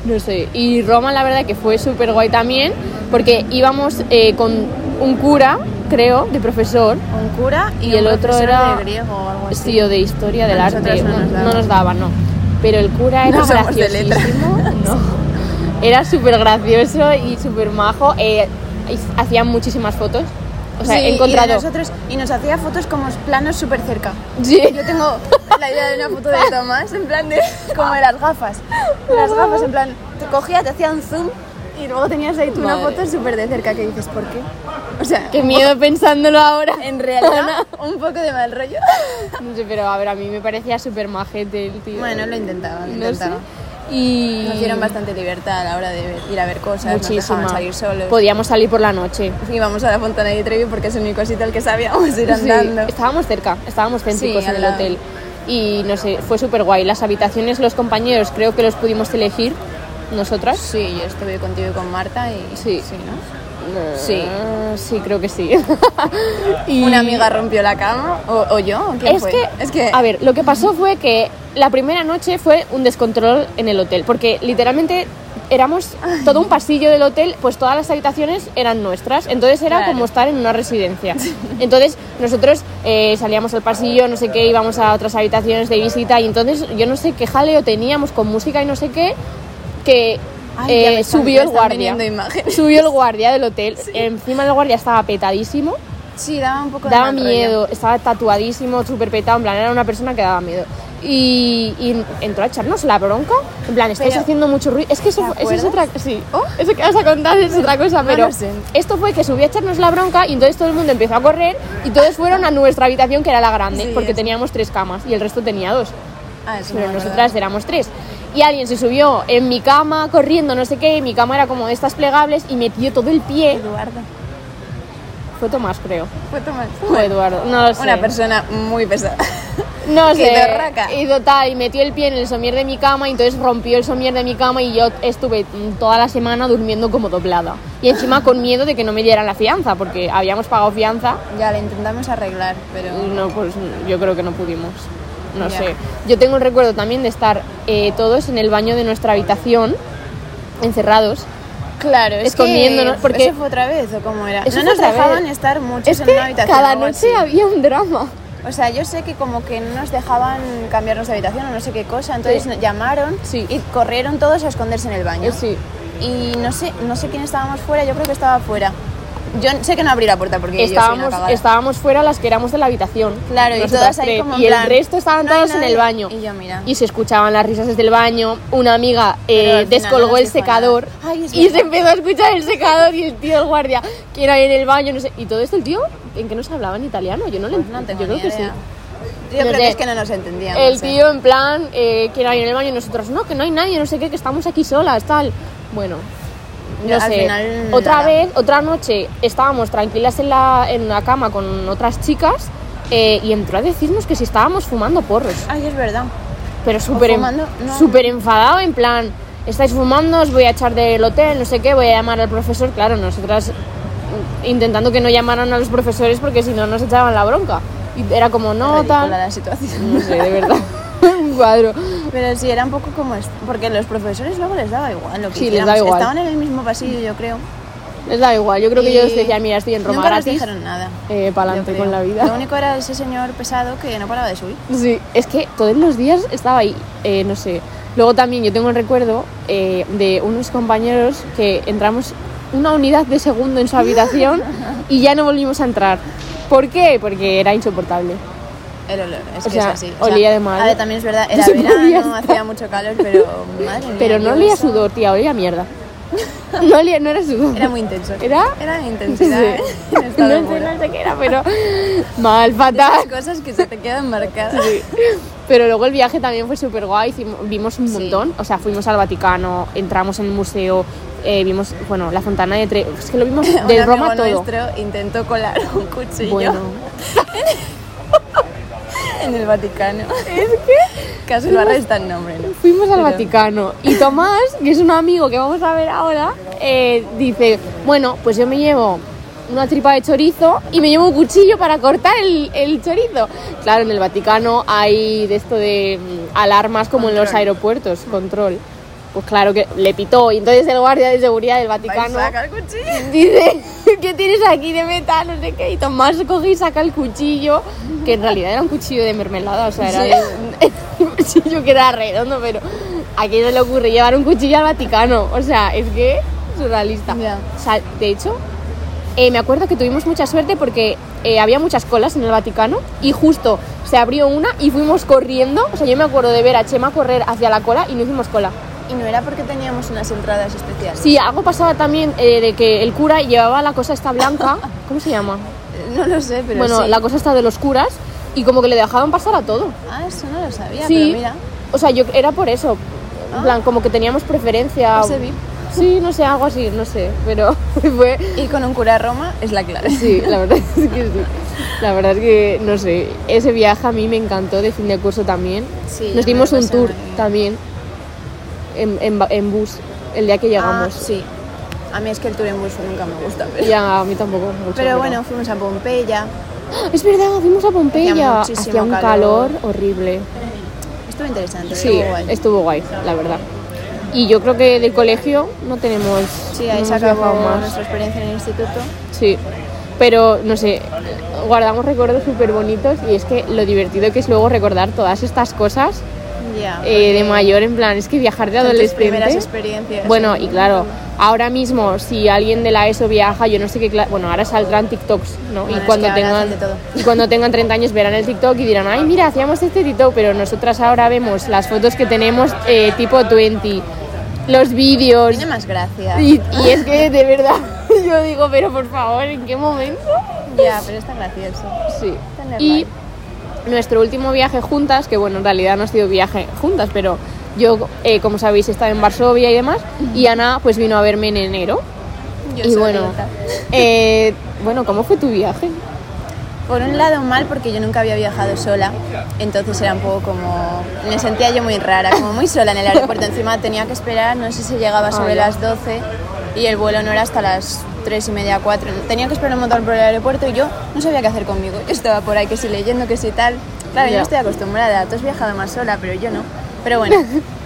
No sé. Y Roma, la verdad, que fue súper guay también, porque íbamos eh, con un cura, creo, de profesor. Un cura y, Y un el otro profesor era- de griego o algo así. Sí, o de historia del A arte. nosotras no nos No, daban. nos daban, no. Pero el cura era No somos de graciosísimo. No. Era súper gracioso y súper majo. eh, y hacían muchísimas fotos. O sea, Sí, he y de encontrado. nosotros- y nos hacía fotos como planos súper cerca. Sí. Yo tengo la idea de una foto de Tomás, en plan de como de las gafas. De las gafas, en plan, te cogía, te hacía un zoom y luego tenías ahí tú una Madre. foto súper de cerca que dices, ¿por qué? O sea, Qué [laughs] miedo pensándolo ahora. en realidad, un poco de mal rollo. No sé, pero a ver, a mí me parecía súper majete el tío. Bueno, lo intentaba, lo no sé. intentaba. Y. Nos dieron bastante libertad a la hora de ver- ir a ver cosas, nos Muchísima. dejaban salir solos. Podíamos salir por la noche. Íbamos a la Fontana de Trevi porque es el único sitio al que sabíamos ir Sí, andando. estábamos cerca, estábamos céntricos en Sí, al el lado. hotel. Y no sé, fue súper guay. Las habitaciones, los compañeros, creo que los pudimos elegir nosotras. Sí, yo estuve contigo y con Marta y Sí. ¿no? Sí. Ah, Sí, creo que sí. Y- Una amiga rompió la cama o, o yo, ¿o quién es fue? que, es que a ver, lo que pasó fue que la primera noche fue un descontrol en el hotel, porque literalmente éramos todo un pasillo del hotel, pues todas las habitaciones eran nuestras, entonces era Claro. como estar en una residencia. Entonces nosotros eh, salíamos al pasillo, no sé qué, íbamos a otras habitaciones de visita y entonces yo no sé qué jaleo teníamos con música y no sé qué, que Ay, ya eh, me están- subió me el están guardia. viniendo imágenes. Subió el guardia del hotel, encima el guardia estaba petadísimo [laughs] Sí, daba un poco de daba mal miedo, estaba tatuadísimo, súper petado, en plan, era una persona que daba miedo. Y, y entró a echarnos la bronca, en plan, estáis Pero- haciendo mucho ruido. Es que eso, ¿Te fue- eso es acuerdas? otra... Sí, eso que vas a contar es otra cosa, No pero lo sé. esto fue que subió a echarnos la bronca y entonces todo el mundo empezó a correr y todos fueron a nuestra habitación, que era la grande, Sí, porque es- teníamos tres camas y el resto tenía dos rollo. Ah, eso pero no me nosotras acordaba. éramos tres. Y alguien se subió en mi cama corriendo, no sé qué, y mi cama era como de estas plegables y metió todo el pie. Eduardo. Fue Tomás, creo. Fue Tomás. Fue Eduardo, no lo sé. Una persona muy pesada. No Y sé. berraca. Y total, y metió el pie en el somier de mi cama y entonces rompió el somier de mi cama y yo estuve mm, toda la semana durmiendo como doblada. Y encima con miedo de que no me dieran la fianza, porque habíamos pagado fianza [laughs] Ya, la intentamos arreglar, pero... y no, pues yo creo que no pudimos. No Ya. sé. Yo tengo el recuerdo también de estar eh, todos en el baño de nuestra habitación encerrados. Claro, es Escondiéndonos, que... porque- ¿Eso fue otra vez o cómo era? Eso fue no nos otra vez. dejaban estar muchos Es en que una habitación o cada algo noche así. había un drama. O sea, yo sé que como que no nos dejaban cambiarnos de habitación o no sé qué cosa, entonces Sí. nos llamaron Sí. y corrieron todos a esconderse en el baño. Eh, sí. Y no sé, no sé quién estábamos fuera, yo creo que estaba fuera. Yo sé que no abrí la puerta porque yo soy una Estábamos, cagada. estábamos fuera las que éramos de la habitación. Claro, y nosotras todas ahí tres, como en Y plan, el resto estaban "No hay todas en nadie". el baño. Y yo, mira. Y se escuchaban las risas desde el baño. Una amiga eh, Pero al final no descolgó nos el dijo secador nada. Ay, es y verdad. se empezó a escuchar el secador y el tío del guardia que era en el baño, no sé. Y todo esto el tío, ¿en qué nos hablaba en italiano? Yo no le Pues entiendo. no tengo yo creo ni que idea. sí. Yo No creo sé. que es que no nos entendíamos. El ¿eh? tío en plan, eh, que era en el baño y nosotros, no, que no hay nadie, no sé qué, que estamos aquí solas, tal. Bueno, no Al sé. final, otra nada. vez, otra noche, estábamos tranquilas en la, en la cama con otras chicas eh, y entró a decirnos que si estábamos fumando porros. Ay, es verdad. Pero súper en- fumando, no. súper enfadado, en plan, estáis fumando, os voy a echar del hotel, no sé qué, voy a llamar al profesor. Claro, nosotras mm, intentando que no llamaran a los profesores porque si no nos echaban la bronca. Y era como, no, Ridícula tal. [laughs] la situación. [laughs] No sé, de verdad. [laughs] Un cuadro. Pero sí, era un poco como... est- Porque los profesores luego les daba igual lo que Sí, les hiciéramos. da igual. Estaban en el mismo pasillo, yo creo. Les da igual, yo creo que Y yo les decía, mira, estoy en Roma nunca nos gratis. dijeron nada. eh, pa'lante yo creo. con la vida. Lo único era ese señor pesado que no paraba de subir. Sí, es que todos los días estaba ahí, eh, no sé. Luego también yo tengo el recuerdo eh, de unos compañeros que entramos una unidad de segundo en su [laughs] habitación y ya no volvimos a entrar. ¿Por qué? Porque era insoportable. El olor, es O que sea, es así. olía de madre. A ver, también es verdad, [laughs] No era se podía verano, estar. hacía mucho calor, pero madre mía. Pero no yo olía a eso- sudor, tía, olía a mierda. [laughs] No olía, no era sudor. Era muy intenso. ¿Era? Era de intensidad, ¿eh? [laughs] No sé, Estaba no sé, no sé qué era, [laughs] pero mal, fatal. Las cosas que se te quedan marcadas. Pero luego el viaje también fue súper guay, hicimo- vimos un Sí. montón, o sea, fuimos al Vaticano, entramos en el museo, eh, vimos, bueno, la Fontana de Trevi, es que lo vimos [laughs] [laughs] Un de amigo Roma todo. nuestro intentó colar un cuchillo Bueno, [laughs] en el Vaticano. ¿Es que? Casi lo arrestan nombre, ¿no? fuimos al Pero- Vaticano y Tomás, que es un amigo que vamos a ver ahora, eh, dice, bueno, pues yo me llevo una tripa de chorizo y me llevo un cuchillo para cortar el, el chorizo. Claro, en el Vaticano hay de esto de mm, alarmas como en los Control. aeropuertos, control. Pues claro que le pitó y entonces el guardia de seguridad del Vais, Vaticano... saca el cuchillo. [laughs] Dice, ¿qué tienes aquí de metal? No sé qué. Y Tomás coge y saca el cuchillo, que en realidad era un cuchillo de mermelada, o sea, era de- un [laughs] cuchillo que era redondo, pero a quién se le ocurre llevar un cuchillo al Vaticano. O sea, es que surrealista. Ya. O sea, de hecho, eh, me acuerdo que tuvimos mucha suerte porque eh, había muchas colas en el Vaticano y justo se abrió una y fuimos corriendo. O sea, yo me acuerdo de ver a Chema correr hacia la cola y no hicimos cola. Y no era porque teníamos unas entradas especiales. Sí, algo pasaba también eh, de que el cura llevaba la cosa esta blanca, [laughs] ¿cómo se llama? No lo sé, pero bueno, sí. la cosa esta de los curas y como que le dejaban pasar a todo. Ah, eso no lo sabía, sí, pero mira. o sea, yo era por eso, en Ah. plan como que teníamos preferencia. Ese VIP. Sí, no sé, algo así, no sé, pero [laughs] fue Y con un cura a Roma es la clave. sí, la verdad es que sí. La verdad es que no sé, ese viaje a mí me encantó de fin de curso también. Sí, yo me Nos dimos lo un pasé tour muy bien. también en, en ba- en bus el día que llegamos. Ah, sí. A mí es que el tour en bus nunca me gusta, pero... Ya a mí tampoco. mucho, Pero bueno, fuimos a Pompeya. Es verdad, fuimos a Pompeya. muchísimo Hacía un calor, calor. horrible. Estuvo interesante, Sí, estuvo guay. estuvo guay, la verdad. Y yo creo que del colegio no tenemos. Sí, ahí no se hemos acabó viajado más. nuestra experiencia en el instituto. Sí. Pero no sé, guardamos recuerdos súper bonitos y es que lo divertido que es luego recordar todas estas cosas Ya. eh, de mayor, en plan, es que viajar de son tus adolescente. primeras experiencias. Bueno, y claro, ahora mismo si alguien de la ESO viaja, yo no sé qué cla- bueno, ahora saldrán TikToks, ¿no? Bueno, y es cuando que ahora tengan hacen de todo. y cuando tengan 30 años verán el TikTok y dirán, "Ay, mira, hacíamos este TikTok", pero nosotras ahora vemos las fotos que tenemos eh, tipo 20, los vídeos Tiene más gracia. [laughs] y, y es que de verdad [laughs] yo digo, "Pero por favor, ¿en qué momento?" Ya, pero está gracioso. Sí. Tener Y like. nuestro último viaje juntas, que bueno, en realidad no ha sido viaje juntas, pero yo, eh, como sabéis, estaba en Varsovia y demás, y Ana pues vino a verme en enero. Yo y soy bueno, otra. eh, bueno, ¿cómo fue tu viaje? Por un lado mal porque yo nunca había viajado sola, entonces era un poco como... Me sentía yo muy rara, como muy sola en el [laughs] aeropuerto. Encima tenía que esperar, no sé si llegaba sobre Ah, ya. las 12 y el vuelo no era hasta las 3 y media, 4. Tenía que esperar un montón por el aeropuerto y yo no sabía qué hacer conmigo. Yo estaba por ahí que si leyendo, que si tal. Claro, yo Ya. no estoy acostumbrada, tú has viajado más sola, pero yo no. [laughs] Pero bueno,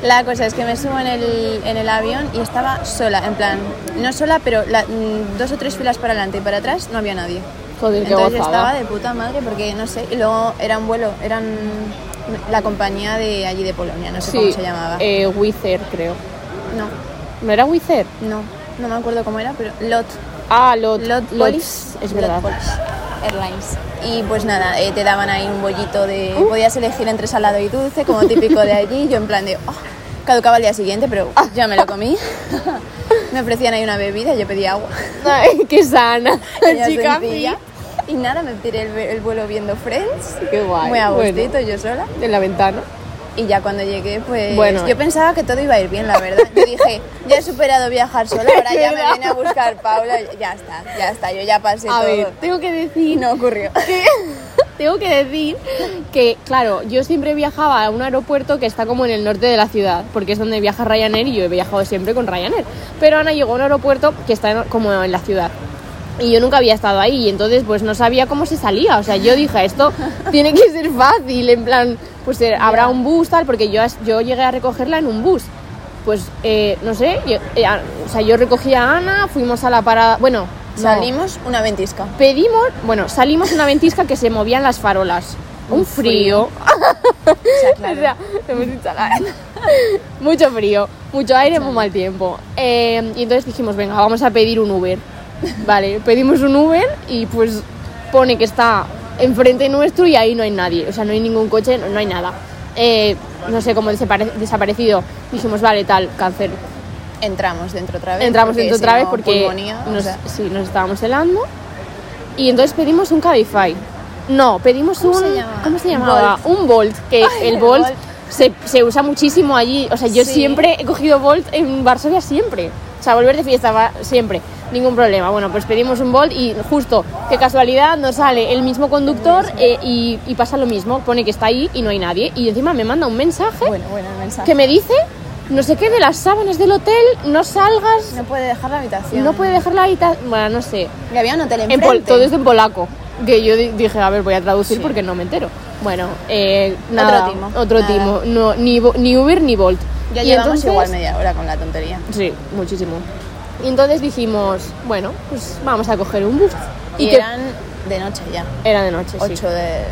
la cosa es que me subo en el, en el avión y estaba sola, en plan, no sola, pero la- mm, dos o tres filas para adelante y para atrás no había nadie. Joder, qué Entonces yo estaba gozada. de puta madre porque no sé, y luego era un vuelo, eran la compañía de allí de Polonia, no sé cómo se llamaba. eh, Wizz Air, creo. No, ¿No era Wizz Air? no, no me acuerdo cómo era, pero Lot, Ah, Lot, Lot Lot- Polish, Es Lot verdad. Polish Airlines. Y pues nada, eh, te daban ahí un bollito de. Uh. Podías elegir entre salado y dulce, como típico de allí. Yo en plan de. "Oh", caducaba al día siguiente, pero Ah. ya me lo comí. [laughs] me ofrecían ahí una bebida, yo [laughs] pedí agua. [laughs] Ay, qué [laughs] sana. Tenía Chica, sencilla. Y nada, me tiré el, ve- el vuelo viendo Friends. Qué guay, Muy a bueno. gustito, yo sola. en la ventana. Y ya cuando llegué, pues Bueno. yo pensaba que todo iba a ir bien, la verdad. Yo dije, ya he superado viajar sola, [laughs] ahora ya me ¿Verdad? viene a buscar Paula. Ya está, ya está, yo ya pasé A todo. ver, tengo que Y decir no ocurrió. que- [laughs] tengo que decir que, claro, yo siempre viajaba a un aeropuerto que está como en el norte de la ciudad, porque es donde viaja Ryanair y yo he viajado siempre con Ryanair. Pero Ana llegó a un aeropuerto que está en- como en la ciudad. Y yo nunca había estado ahí, y entonces pues no sabía cómo se salía. O sea, yo dije, esto tiene que ser fácil, en plan, pues eh, habrá un bus, tal, porque yo, as- yo llegué a recogerla en un bus. Pues, eh, no sé, yo- eh, a- o sea, yo recogí a Ana, fuimos a la parada, bueno, no. Salimos una ventisca. Pedimos, bueno, salimos una ventisca que se movían las farolas. Un frío. O sea, claro. [laughs] O sea, hemos dicho la- [laughs] mucho frío, mucho aire, muy mal tiempo. Eh, y entonces dijimos, venga, vamos a pedir un [laughs] Uber. Vale, pedimos un Uber y pues pone que está enfrente nuestro y ahí no hay nadie. O sea, no hay ningún coche, no, no hay nada. Eh, no sé, como desapare- desaparecido. Dijimos, vale, tal, cancelo. entramos dentro otra vez. Entramos porque dentro si otra vez no, porque pulmonía, o nos, sea, sí, nos estábamos helando. Y entonces pedimos un Cabify. No, pedimos ¿Cómo un. se llamaba? ¿Cómo se llamaba? Un Bolt, [laughs] que el el Bolt, Bolt. Se, se usa muchísimo allí. O sea, yo Sí. siempre he cogido Bolt en Varsovia, siempre. O sea, volver de fiesta va- siempre, ningún problema. Bueno, pues pedimos un Bolt y justo, qué casualidad, nos sale el mismo conductor eh, y, y pasa lo mismo. Pone que está ahí y no hay nadie. Y encima me manda un mensaje bueno, bueno, el mensaje. que me dice, no sé qué, de las sábanas del hotel, no salgas, No puede dejar la habitación. no puede dejar la habitación. Bueno, no sé. Y había un hotel En enfrente. pol- todo esto en polaco. Que yo di- dije, a ver, voy a traducir Sí. porque no me entero. Bueno, eh, nada. timo. Otro Nada. timo. No, ni, bo- ni Uber ni Bolt. Ya Y llevamos entonces- igual media hora con la tontería. Sí, muchísimo. Y entonces dijimos, bueno, pues vamos a coger un bus. Y, que eran de noche ya. era de noche, sí. 8 de...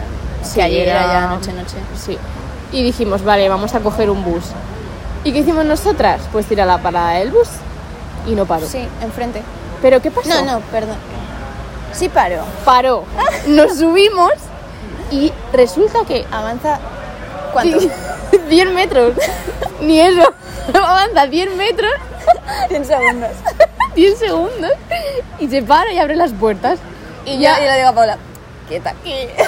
Sí, que ayer era era- ya noche, noche. Sí. Y dijimos, vale, vamos a coger un bus. ¿Y qué hicimos nosotras? Pues ir a la parada del bus. Y no paró. Sí, enfrente. ¿Pero qué pasó? No, no, perdón. Sí paro. Paró. Nos subimos y resulta que Avanza... [laughs] ¿Cuánto? [laughs] 10 metros. Ni eso. Avanza 10 metros, [laughs] 100 segundos. 10 segundos y se para y abre las puertas. Y ya le digo a Paula, quieta aquí. [laughs]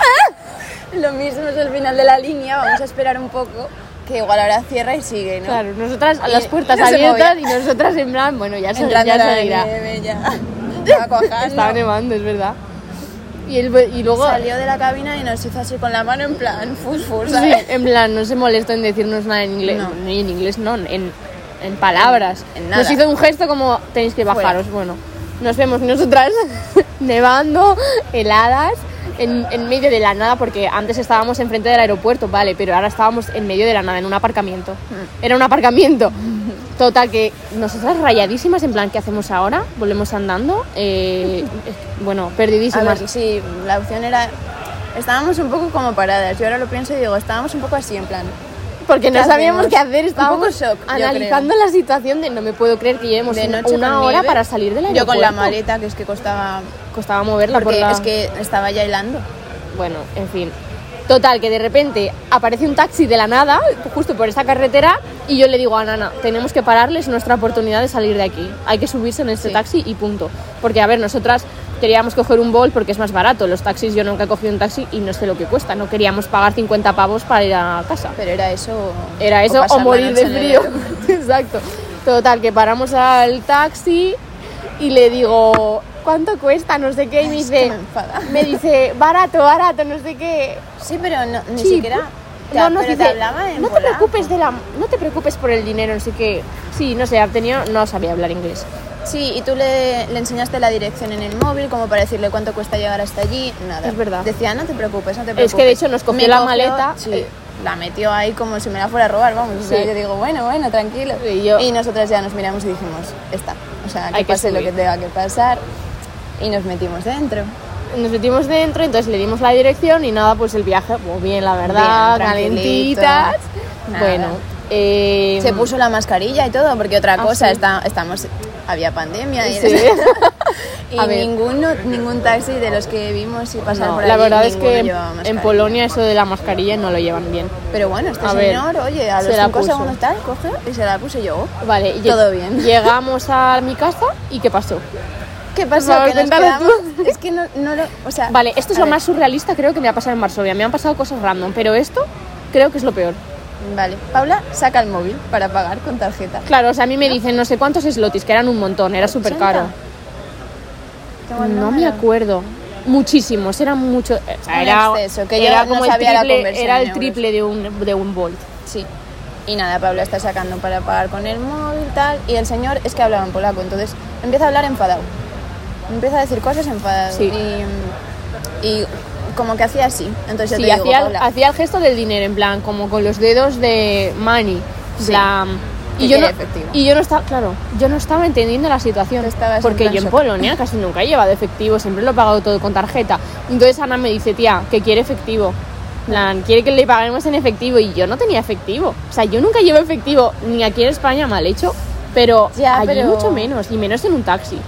Lo mismo es el final de la línea, vamos a esperar un poco, que igual ahora cierra y sigue, ¿no? Claro, nosotras a las Y- puertas no se abiertas y movía. nosotras en plan, bueno, ya, se, Entrando ya la seguirá. nieve, ya. [laughs] Estaba cuajando. Estaba nevando, es verdad. Y, el- y luego, Salió de la cabina y nos hizo así con la mano en plan, fus, fus, sí, ¿sabes? en plan, no se molestó en decirnos nada en inglés. eh. No. Ni en inglés, no, en, en palabras. En- en nada. Nos hizo un gesto como, tenéis que Fuera. bajaros. Bueno, nos vemos nosotras [laughs] nevando, heladas, en, en medio de la nada, porque antes estábamos enfrente del aeropuerto, vale, pero ahora estábamos en medio de la nada, en un aparcamiento. Mm. Era un aparcamiento. Total, que nosotras rayadísimas, en plan, ¿qué hacemos ahora? ¿Volvemos andando? [laughs] Eh, bueno, A perdidísimas. ver, sí, la opción era... Estábamos un poco como paradas. Yo ahora lo pienso y digo, estábamos un poco así, en plan... Porque no ¿Qué sabíamos hacemos? qué hacer, Un estábamos poco shock, yo analizando la situación de no me puedo creer que llevemos De una- noche una con hora nieve. para salir del Yo aeropuerto. con la maleta, que es que costaba... Costaba moverla por Porque la- es que estaba ya hilando. Bueno, en fin. Total, que de repente aparece un taxi de la nada, justo por esa carretera, y yo le digo a Nana, tenemos que pararles nuestra oportunidad de salir de aquí. Hay que subirse en este Sí. taxi y punto. Porque, a ver, nosotras queríamos coger un bol porque es más barato. Los taxis, yo nunca he cogido un taxi y no sé lo que cuesta. No queríamos pagar 50 pavos para ir a casa. Pero era eso... Era eso o pasar la morir noche de en el frío. [laughs] Exacto. Total, que paramos al taxi y le digo, ¿cuánto cuesta? No sé qué. Y me Es que dice, me enfada. me dice, barato, barato, no sé qué. Sí, pero no- ni Sí. siquiera... No, no, pero dice, te hablaba en no te polaco". preocupes de la, no te preocupes por el dinero, no sé qué. Sí, no sé, tenía, no sabía hablar inglés. Sí, y tú le, le enseñaste la dirección en el móvil como para decirle cuánto cuesta llegar hasta allí, nada. Es verdad. Decía, no te preocupes, no te preocupes. Es que de hecho nos cogió Me la maleta, sí. eh, la metió ahí como si me la fuera a robar, vamos. O sea, Sí. yo digo, bueno, bueno, tranquilo. Sí, yo- Y nosotras ya nos miramos y dijimos, está. O sea, que Hay que pase lo subir. que tenga que pasar. Y nos metimos dentro. Nos metimos dentro, entonces le dimos la dirección y nada, pues el viaje, muy bien, la verdad, Bien, tranquilito. calentitas. Nada. Bueno, eh, Se puso la mascarilla y todo, porque otra Ah, cosa, sí. está- estamos, había pandemia y, Sí. [laughs] y A ver. ninguno, ningún taxi de los que vimos y pasar no, por la allí, verdad es ninguno que en- llevaba en mascarilla. Polonia eso de la mascarilla no lo llevan bien. Pero bueno, este A ver, señor, oye, a se los la cinco puso. segundos tal, coge y se la puse yo. oh, Vale, lle- Todo bien. [laughs] Llegamos a mi casa y ¿qué pasó? ¿Qué Por pasó? favor, Que nos cuéntalo quedamos... tú. Es que no, no lo... O sea... Vale, esto es a lo ver, más surrealista creo que me ha pasado en Varsovia. Me han pasado cosas random, pero esto creo que es lo peor. Vale, Paula saca el móvil para pagar con tarjeta. Claro, o sea, a mí me dicen no sé cuántos slotis, que eran un montón, era súper caro. 80. Tengo el No me número. acuerdo. Muchísimos, eran muchos. O sea, Un era, exceso, que yo era no como el sabía la ¿eh? triple, conversión era en el euros. triple de un, de un Bolt. Sí. Y nada, Paula está sacando para pagar con el móvil, tal. Y el señor es que hablaba en polaco, entonces empieza a hablar enfadado. Empieza a decir cosas enfadado. Sí. Y, y como que hacía así. Entonces yo Sí, te digo, hacía, el- Paula, hacía el gesto del dinero, en plan, como con los dedos de money. En Sí. plan, Que y, yo no, quiere efectivo. y yo no estaba, claro, yo no estaba entendiendo la situación. Tú estabas en Porque plan yo en shock. Polonia casi nunca he llevado efectivo, siempre lo he pagado todo con tarjeta. Entonces Ana me dice, tía, que quiere efectivo. En plan, quiere que le paguemos en efectivo. Y yo no tenía efectivo. O sea, yo nunca llevo efectivo, ni aquí en España mal hecho, pero Ya, allí pero- mucho menos, y menos en un taxi.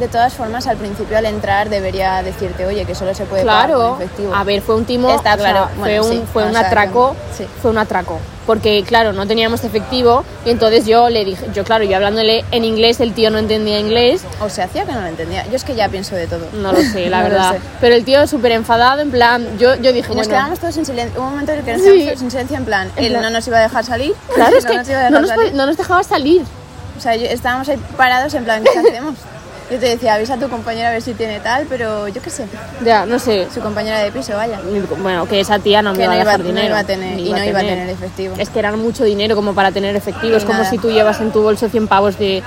de todas formas, al principio al entrar debería decirte, oye, que solo se puede pagar Claro, con efectivo. a ver, fue un timo, Está o sea, claro, fue bueno, un, sí, fue o un sea, atraco, sí. fue un atraco, porque claro, no teníamos efectivo y entonces yo le dije, yo claro, yo hablándole en inglés, el tío no entendía inglés, O se hacía que no lo entendía. Yo es que ya pienso de todo. no lo [laughs] sé, la No lo verdad, sé. pero el tío súper enfadado, en plan, yo, yo dije, Y nos bueno, quedamos todos en silencio. Hubo un momento en el que nos Sí. quedamos todos en silencio, en plan, él plan- no nos iba a dejar salir. [laughs] claro, es no que nos iba a dejar no nos, salir. pod- no nos dejaba salir, O sea, yo- estábamos ahí parados en plan, ¿qué hacemos? Yo te decía, avisa a tu compañera a ver si tiene tal, pero yo qué sé, ya, no sé, su compañera de piso, vaya. bueno, que esa tía no me Que iba no a iba- dejar no dinero, iba a tener- y no iba a tener efectivo. es que era mucho dinero como para tener efectivo, es como Nada. si tú llevas en tu bolso 100 pavos de...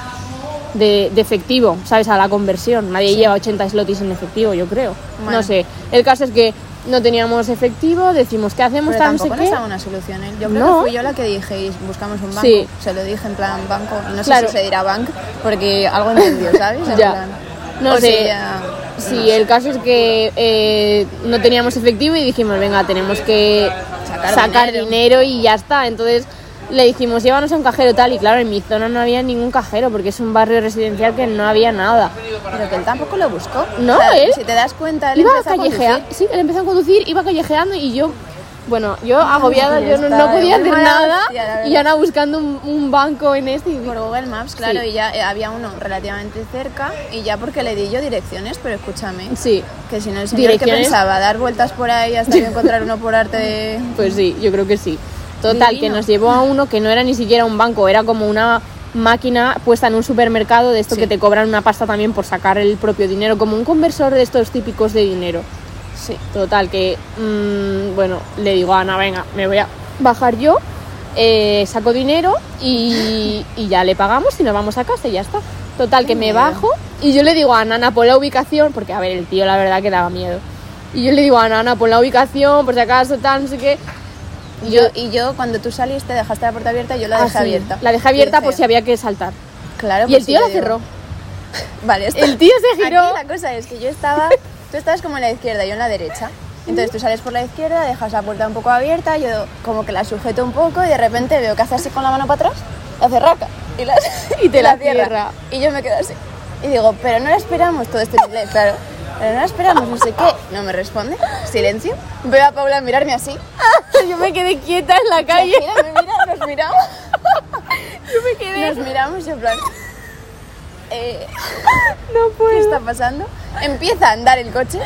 de, de efectivo, ¿sabes? A la conversión. Nadie lleva 80 slotis en efectivo, yo creo. Bueno. No sé. El caso es que no teníamos efectivo, decimos, ¿qué hacemos? Pero Tal, no sé tampoco qué. nos daba una solución él. Yo creo No. que fui yo la que dije, "Y buscamos un banco. Sí. Se lo dije en plan banco, no sé Claro. si se dirá bank, porque algo entendió, ¿sabes? [laughs] En Ya. plan, pues No o sé. si ya- Sí, el caso es que eh, no teníamos efectivo y dijimos, venga, tenemos que Sacar sacar, dinero. dinero. y ya está. Entonces le dijimos, llévanos a un cajero tal. Y claro, en mi zona no había ningún cajero porque es un barrio residencial que no había nada. Pero que él tampoco lo buscó. No, O sea, él- Si te das cuenta, él Iba empezó a callejeando, conducir. sí, él empezó a conducir, iba callejeando y yo, bueno, yo agobiada, ya yo no, no está, podía hacer bueno, nada hostia, la verdad. y Ana buscando un, un banco en este y Por Google Maps, claro, Sí. y ya eh, había uno relativamente cerca, y ya porque le di yo direcciones, pero escúchame. sí, Que si no el señor que Direcciones. pensaba dar vueltas por ahí hasta que encontrar uno por [laughs] arte de... pues sí, yo creo que sí. Total, Divino. que nos llevó a uno que no era ni siquiera un banco, era como una máquina puesta en un supermercado de esto Sí. que te cobran una pasta también por sacar el propio dinero, como un conversor de estos típicos de dinero. Sí. Total, que mm, bueno, le digo a Ana, venga, me voy a bajar yo, eh, saco dinero y, y ya le pagamos y nos vamos a casa y ya está. Total, Qué que me miedo. bajo y yo le digo a Ana, Ana, pon la ubicación, porque a ver, el tío la verdad que daba miedo. Y yo le digo a Ana, Ana, pon la ubicación, por si acaso, tal, no sé qué. Y yo, y yo cuando tú saliste dejaste la puerta abierta y yo la dejé Así, abierta. Ah, La dejé abierta Y por si había que saltar. Claro, y pues el sí, tío yo la digo, cerró. Vale, está. El tío [laughs] se giró. Aquí la cosa es que yo estaba... Tú estabas como en la izquierda y yo en la derecha. Entonces tú sales por la izquierda, dejas la puerta un poco abierta, yo como que la sujeto un poco y de repente veo que hace así con la mano para atrás, la hace raca y, la, [laughs] Y te la cierra. Y yo me quedo así. Y digo, pero no la esperamos todo este inglés, claro. Pero no la esperamos, no sé qué. No me responde. Silencio. Veo a Paula mirarme así. yo me quedé quieta en [laughs] la Se calle. gira, me mira, nos miramos. [laughs] Yo me quedé. Nos miramos y en plan... eh, No ¿Qué puedo. está pasando? Empieza a andar el coche,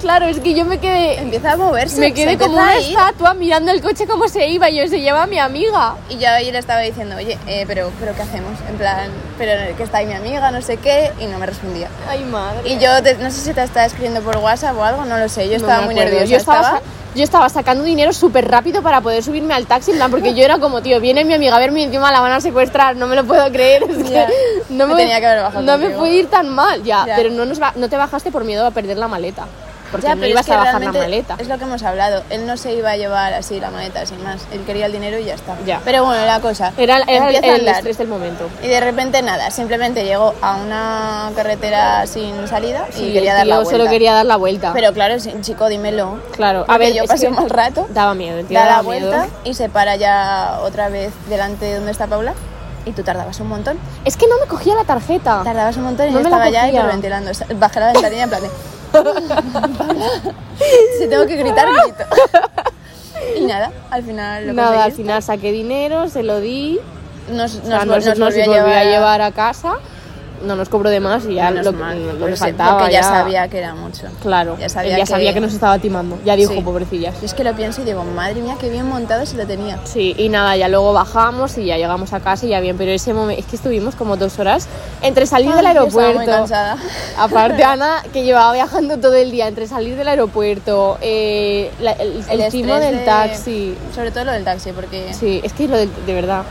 Claro, es que yo me quedé. empieza a moverse. me se quedé empieza como una a ir. estatua mirando el coche como se iba y yo se lleva a mi amiga. Y ya yo le estaba diciendo, oye, eh, pero, pero ¿qué hacemos? En plan, pero que está ahí mi amiga, no sé qué, y no me respondía. Ay, madre. Y yo te- no sé si te estaba escribiendo por WhatsApp o algo, no lo sé, yo estaba muy nerviosa. Yo estaba, sa- yo estaba sacando dinero súper rápido para poder subirme al taxi, en plan, porque yo era como, tío, viene mi amiga a verme y encima la van a secuestrar, no me lo puedo creer. [laughs] es que Ya. no Me me, tenía que haber bajado No me contigo. puede ir tan mal, ya. Ya. Pero no, nos ba- no te bajaste por miedo a perder la maleta. porque Ya, no pero ibas es que a bajar la realmente maleta. Es lo que hemos hablado. Él no se iba a llevar así la maleta, sin más. Él quería el dinero y ya está. Ya. Pero bueno, la cosa. Era, era el, empieza a el andar. estrés del momento. Y de repente nada, simplemente llegó a una carretera sin salida y Sí, quería el dar la tío vuelta. solo quería dar la vuelta. Pero claro, sí, chico, dímelo. claro, a Porque ver, yo es pasé que un mal rato. Daba miedo, el tío da la daba miedo. vuelta y se para ya otra vez delante de donde está Paula. Y tú tardabas un montón. Es que no me cogía la tarjeta. Tardabas un montón y No yo me la estaba ya cogía. hiperventilando. Bajé la ventanilla en plan de... [laughs] si tengo que [laughs] gritar, grito. y nada, al final lo Nada, al conseguí. final saqué dinero, se lo di, Nos, o sea, nos, no vol- se- nos no se volvió a volvió llevar... a llevar a casa, no nos cobró de más y ya Menos lo, mal, lo pero que sí, faltaba. Porque ya sabía que era mucho. Claro, ya sabía él ya que- sabía que nos estaba timando, ya dijo, Sí. pobrecillas. Y es que lo pienso y digo, madre mía, qué bien montado se lo tenía. Sí, y nada, ya luego bajamos y ya llegamos a casa y ya bien, pero ese momento, es que estuvimos como dos horas entre salir Ay, del yo estaba muy aeropuerto. cansada. [laughs] Aparte, Ana, que llevaba viajando todo el día, entre salir del aeropuerto, eh, la- el, el timo estrés del de- taxi. Sobre todo lo del taxi, porque Sí, es que lo del- de, verdad.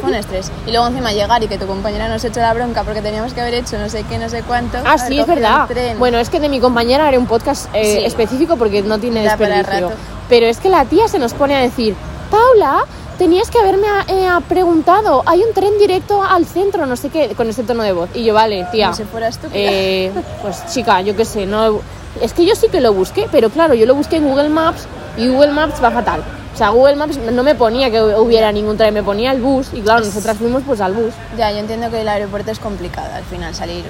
fue un estrés. Y luego encima llegar y que tu compañera nos eche la bronca porque teníamos que haber hecho no sé qué, no sé cuánto. Ah, haber sí, es cogido el verdad. tren. Bueno, es que de mi compañera haré un podcast eh, Sí. específico porque no tiene Da para desperdicio. rato. Pero es que la tía se nos pone a decir, Paula, tenías que haberme eh, preguntado, hay un tren directo al centro, no sé qué, con ese tono de voz. Y yo, vale, tía. Como si fuera estúpida. eh, pues chica, yo qué sé, no... Es que yo sí que lo busqué, pero claro, yo lo busqué en Google Maps y Google Maps va fatal. O sea, Google Maps no me ponía que hubiera ningún tren, me ponía el bus y claro, nosotras fuimos pues al bus. Ya, yo entiendo que el aeropuerto es complicado al final salir.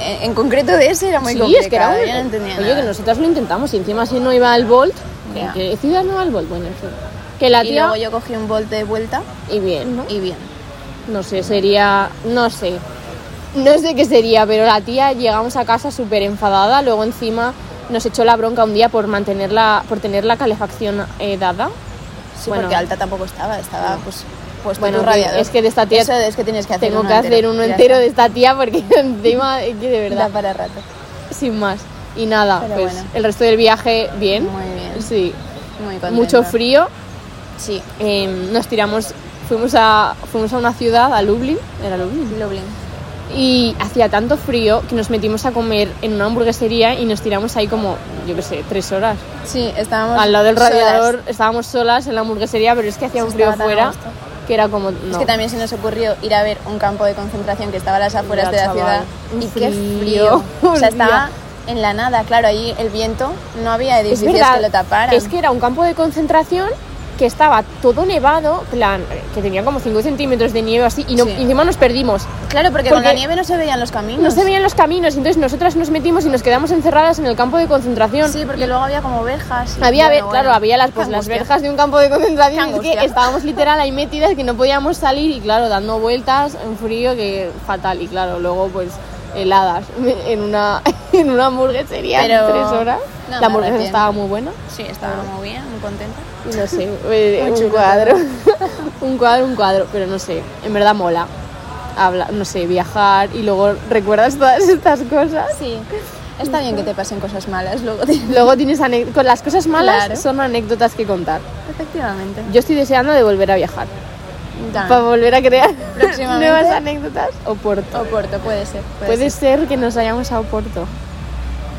En, en concreto de ese era muy sí, complicado. es que era un... yo no entendía Oye, nada. que nosotras lo intentamos y encima si no iba al Bolt... Ya. ¿En qué ciudad no va el Bolt? Bueno, en fin. Que la Y tía... luego yo cogí un bolt de vuelta Y bien, ¿no? y bien. No sé, sería... No sé. No sé qué sería, pero la tía llegamos a casa súper enfadada, luego encima nos echó la bronca un día por mantenerla, por tener la calefacción eh, dada. Sí, Bueno. porque alta tampoco estaba, estaba pues puesto Bueno, tu que- radiador. es que de esta tía Eso es que tienes que hacer Tengo uno que hacer entero, uno ya entero de está. esta tía porque [laughs] encima, es que de Da verdad, para rato. sin más. Y nada, Pero pues bueno. el resto del viaje bien. Muy bien. Sí. Muy contenta. Mucho frío, Sí, Eh, nos tiramos, fuimos a, fuimos a una ciudad, a Lublin, era Lublin, Lublin. y hacía tanto frío que nos metimos a comer en una hamburguesería y nos tiramos ahí como, yo qué sé, tres horas. Sí, estábamos Al lado del solas. radiador estábamos solas en la hamburguesería, pero es que hacía Eso un frío estaba tan a fuera gusto. que era como... No. Es que también se nos ocurrió ir a ver un campo de concentración que estaba a las afueras Ya, de la chaval. Un ciudad. Y qué frío. frío. [laughs] O sea, Un día. estaba en la nada, claro, ahí el viento, no había Es edificios verdad, que lo taparan. es que era un campo de concentración que estaba todo nevado, plan, que tenía como 5 centímetros de nieve así, y, no, Sí. y encima nos perdimos. claro, porque, con porque- la nieve no se veían los caminos. No se veían los caminos, entonces nosotras nos metimos y nos quedamos encerradas en el campo de concentración. Sí, porque luego había como ovejas. y- Había, bueno, ve- bueno. claro, había las, pues, Qué las angustia. verjas de un campo de concentración Qué es que angustia. estábamos literal ahí metidas que no podíamos salir y claro, dando vueltas, un frío que fatal y claro, luego pues heladas [laughs] en una, en una hamburguesería Pero- en tres horas. No, me la hamburguesa arrepiento. estaba muy buena Sí, estaba Ah. muy bien, muy contenta. y no [laughs] sé, eh, Muy un chulo cuadro, [laughs] un cuadro, un cuadro, pero no sé, en verdad mola. Habla, no sé, viajar y luego recuerdas todas estas cosas. Sí. Está bien que te pasen cosas malas luego. tío. Luego tienes ane- con las cosas malas Claro. son anécdotas que contar. Efectivamente. Yo estoy deseando de volver a viajar. Dan. para volver a crear Próximamente. nuevas anécdotas. Oporto. Oporto, puede ser. Puede, Puede ser. ser que nos vayamos a Oporto.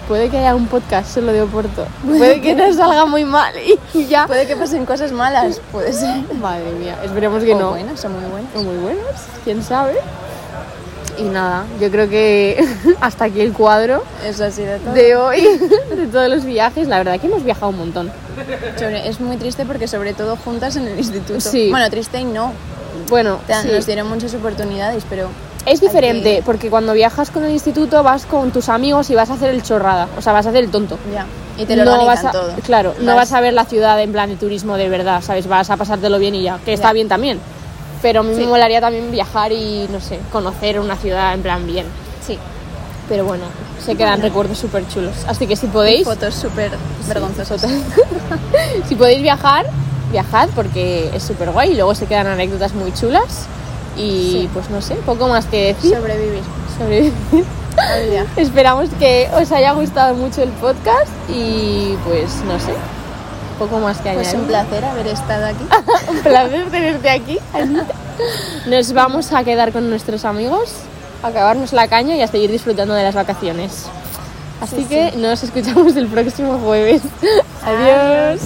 Puede que haya un podcast solo de Oporto. Puede que nos salga muy mal y ya. Puede que pasen cosas malas, puede [laughs] ser. Madre mía, esperemos que O no. buenas, son muy buenas. O Muy buenas, quién sabe. Y nada, yo creo que [laughs] hasta aquí el cuadro Eso ha sido todo. de hoy, [laughs] de todos los viajes. La verdad que hemos viajado un montón. Sobre- es muy triste porque sobre todo juntas en el instituto. Sí. Bueno, triste y no. Bueno, Te- sí. Nos dieron muchas oportunidades, pero Es diferente, Aquí- porque cuando viajas con el instituto vas con tus amigos y vas a hacer el chorrada, o sea, vas a hacer el tonto. ya. Y te lo vas organizan a, todo. Claro, no Vas- vas a ver la ciudad en plan de turismo de verdad, ¿sabes? Vas a pasártelo bien y ya, que está Ya. bien también. Pero a mí me Sí. molaría también viajar y, no sé, conocer una ciudad en plan bien. Sí. Pero bueno, se quedan recuerdos súper chulos. Así que si podéis, Fotos súper vergonzosas. [laughs] si podéis viajar, viajad porque es súper guay y luego se quedan anécdotas muy chulas. Y Sí. pues no sé, poco más que decir Sobrevivir. sobre... al viaje. [laughs] Esperamos que os haya gustado mucho el podcast y pues no sé, poco más que Pues añadir. un placer haber [laughs] estado aquí. Un placer tenerte aquí, Anita. Nos vamos a quedar con nuestros amigos, a acabarnos la caña y a seguir disfrutando de las vacaciones. Así que nos escuchamos el próximo jueves. Adiós.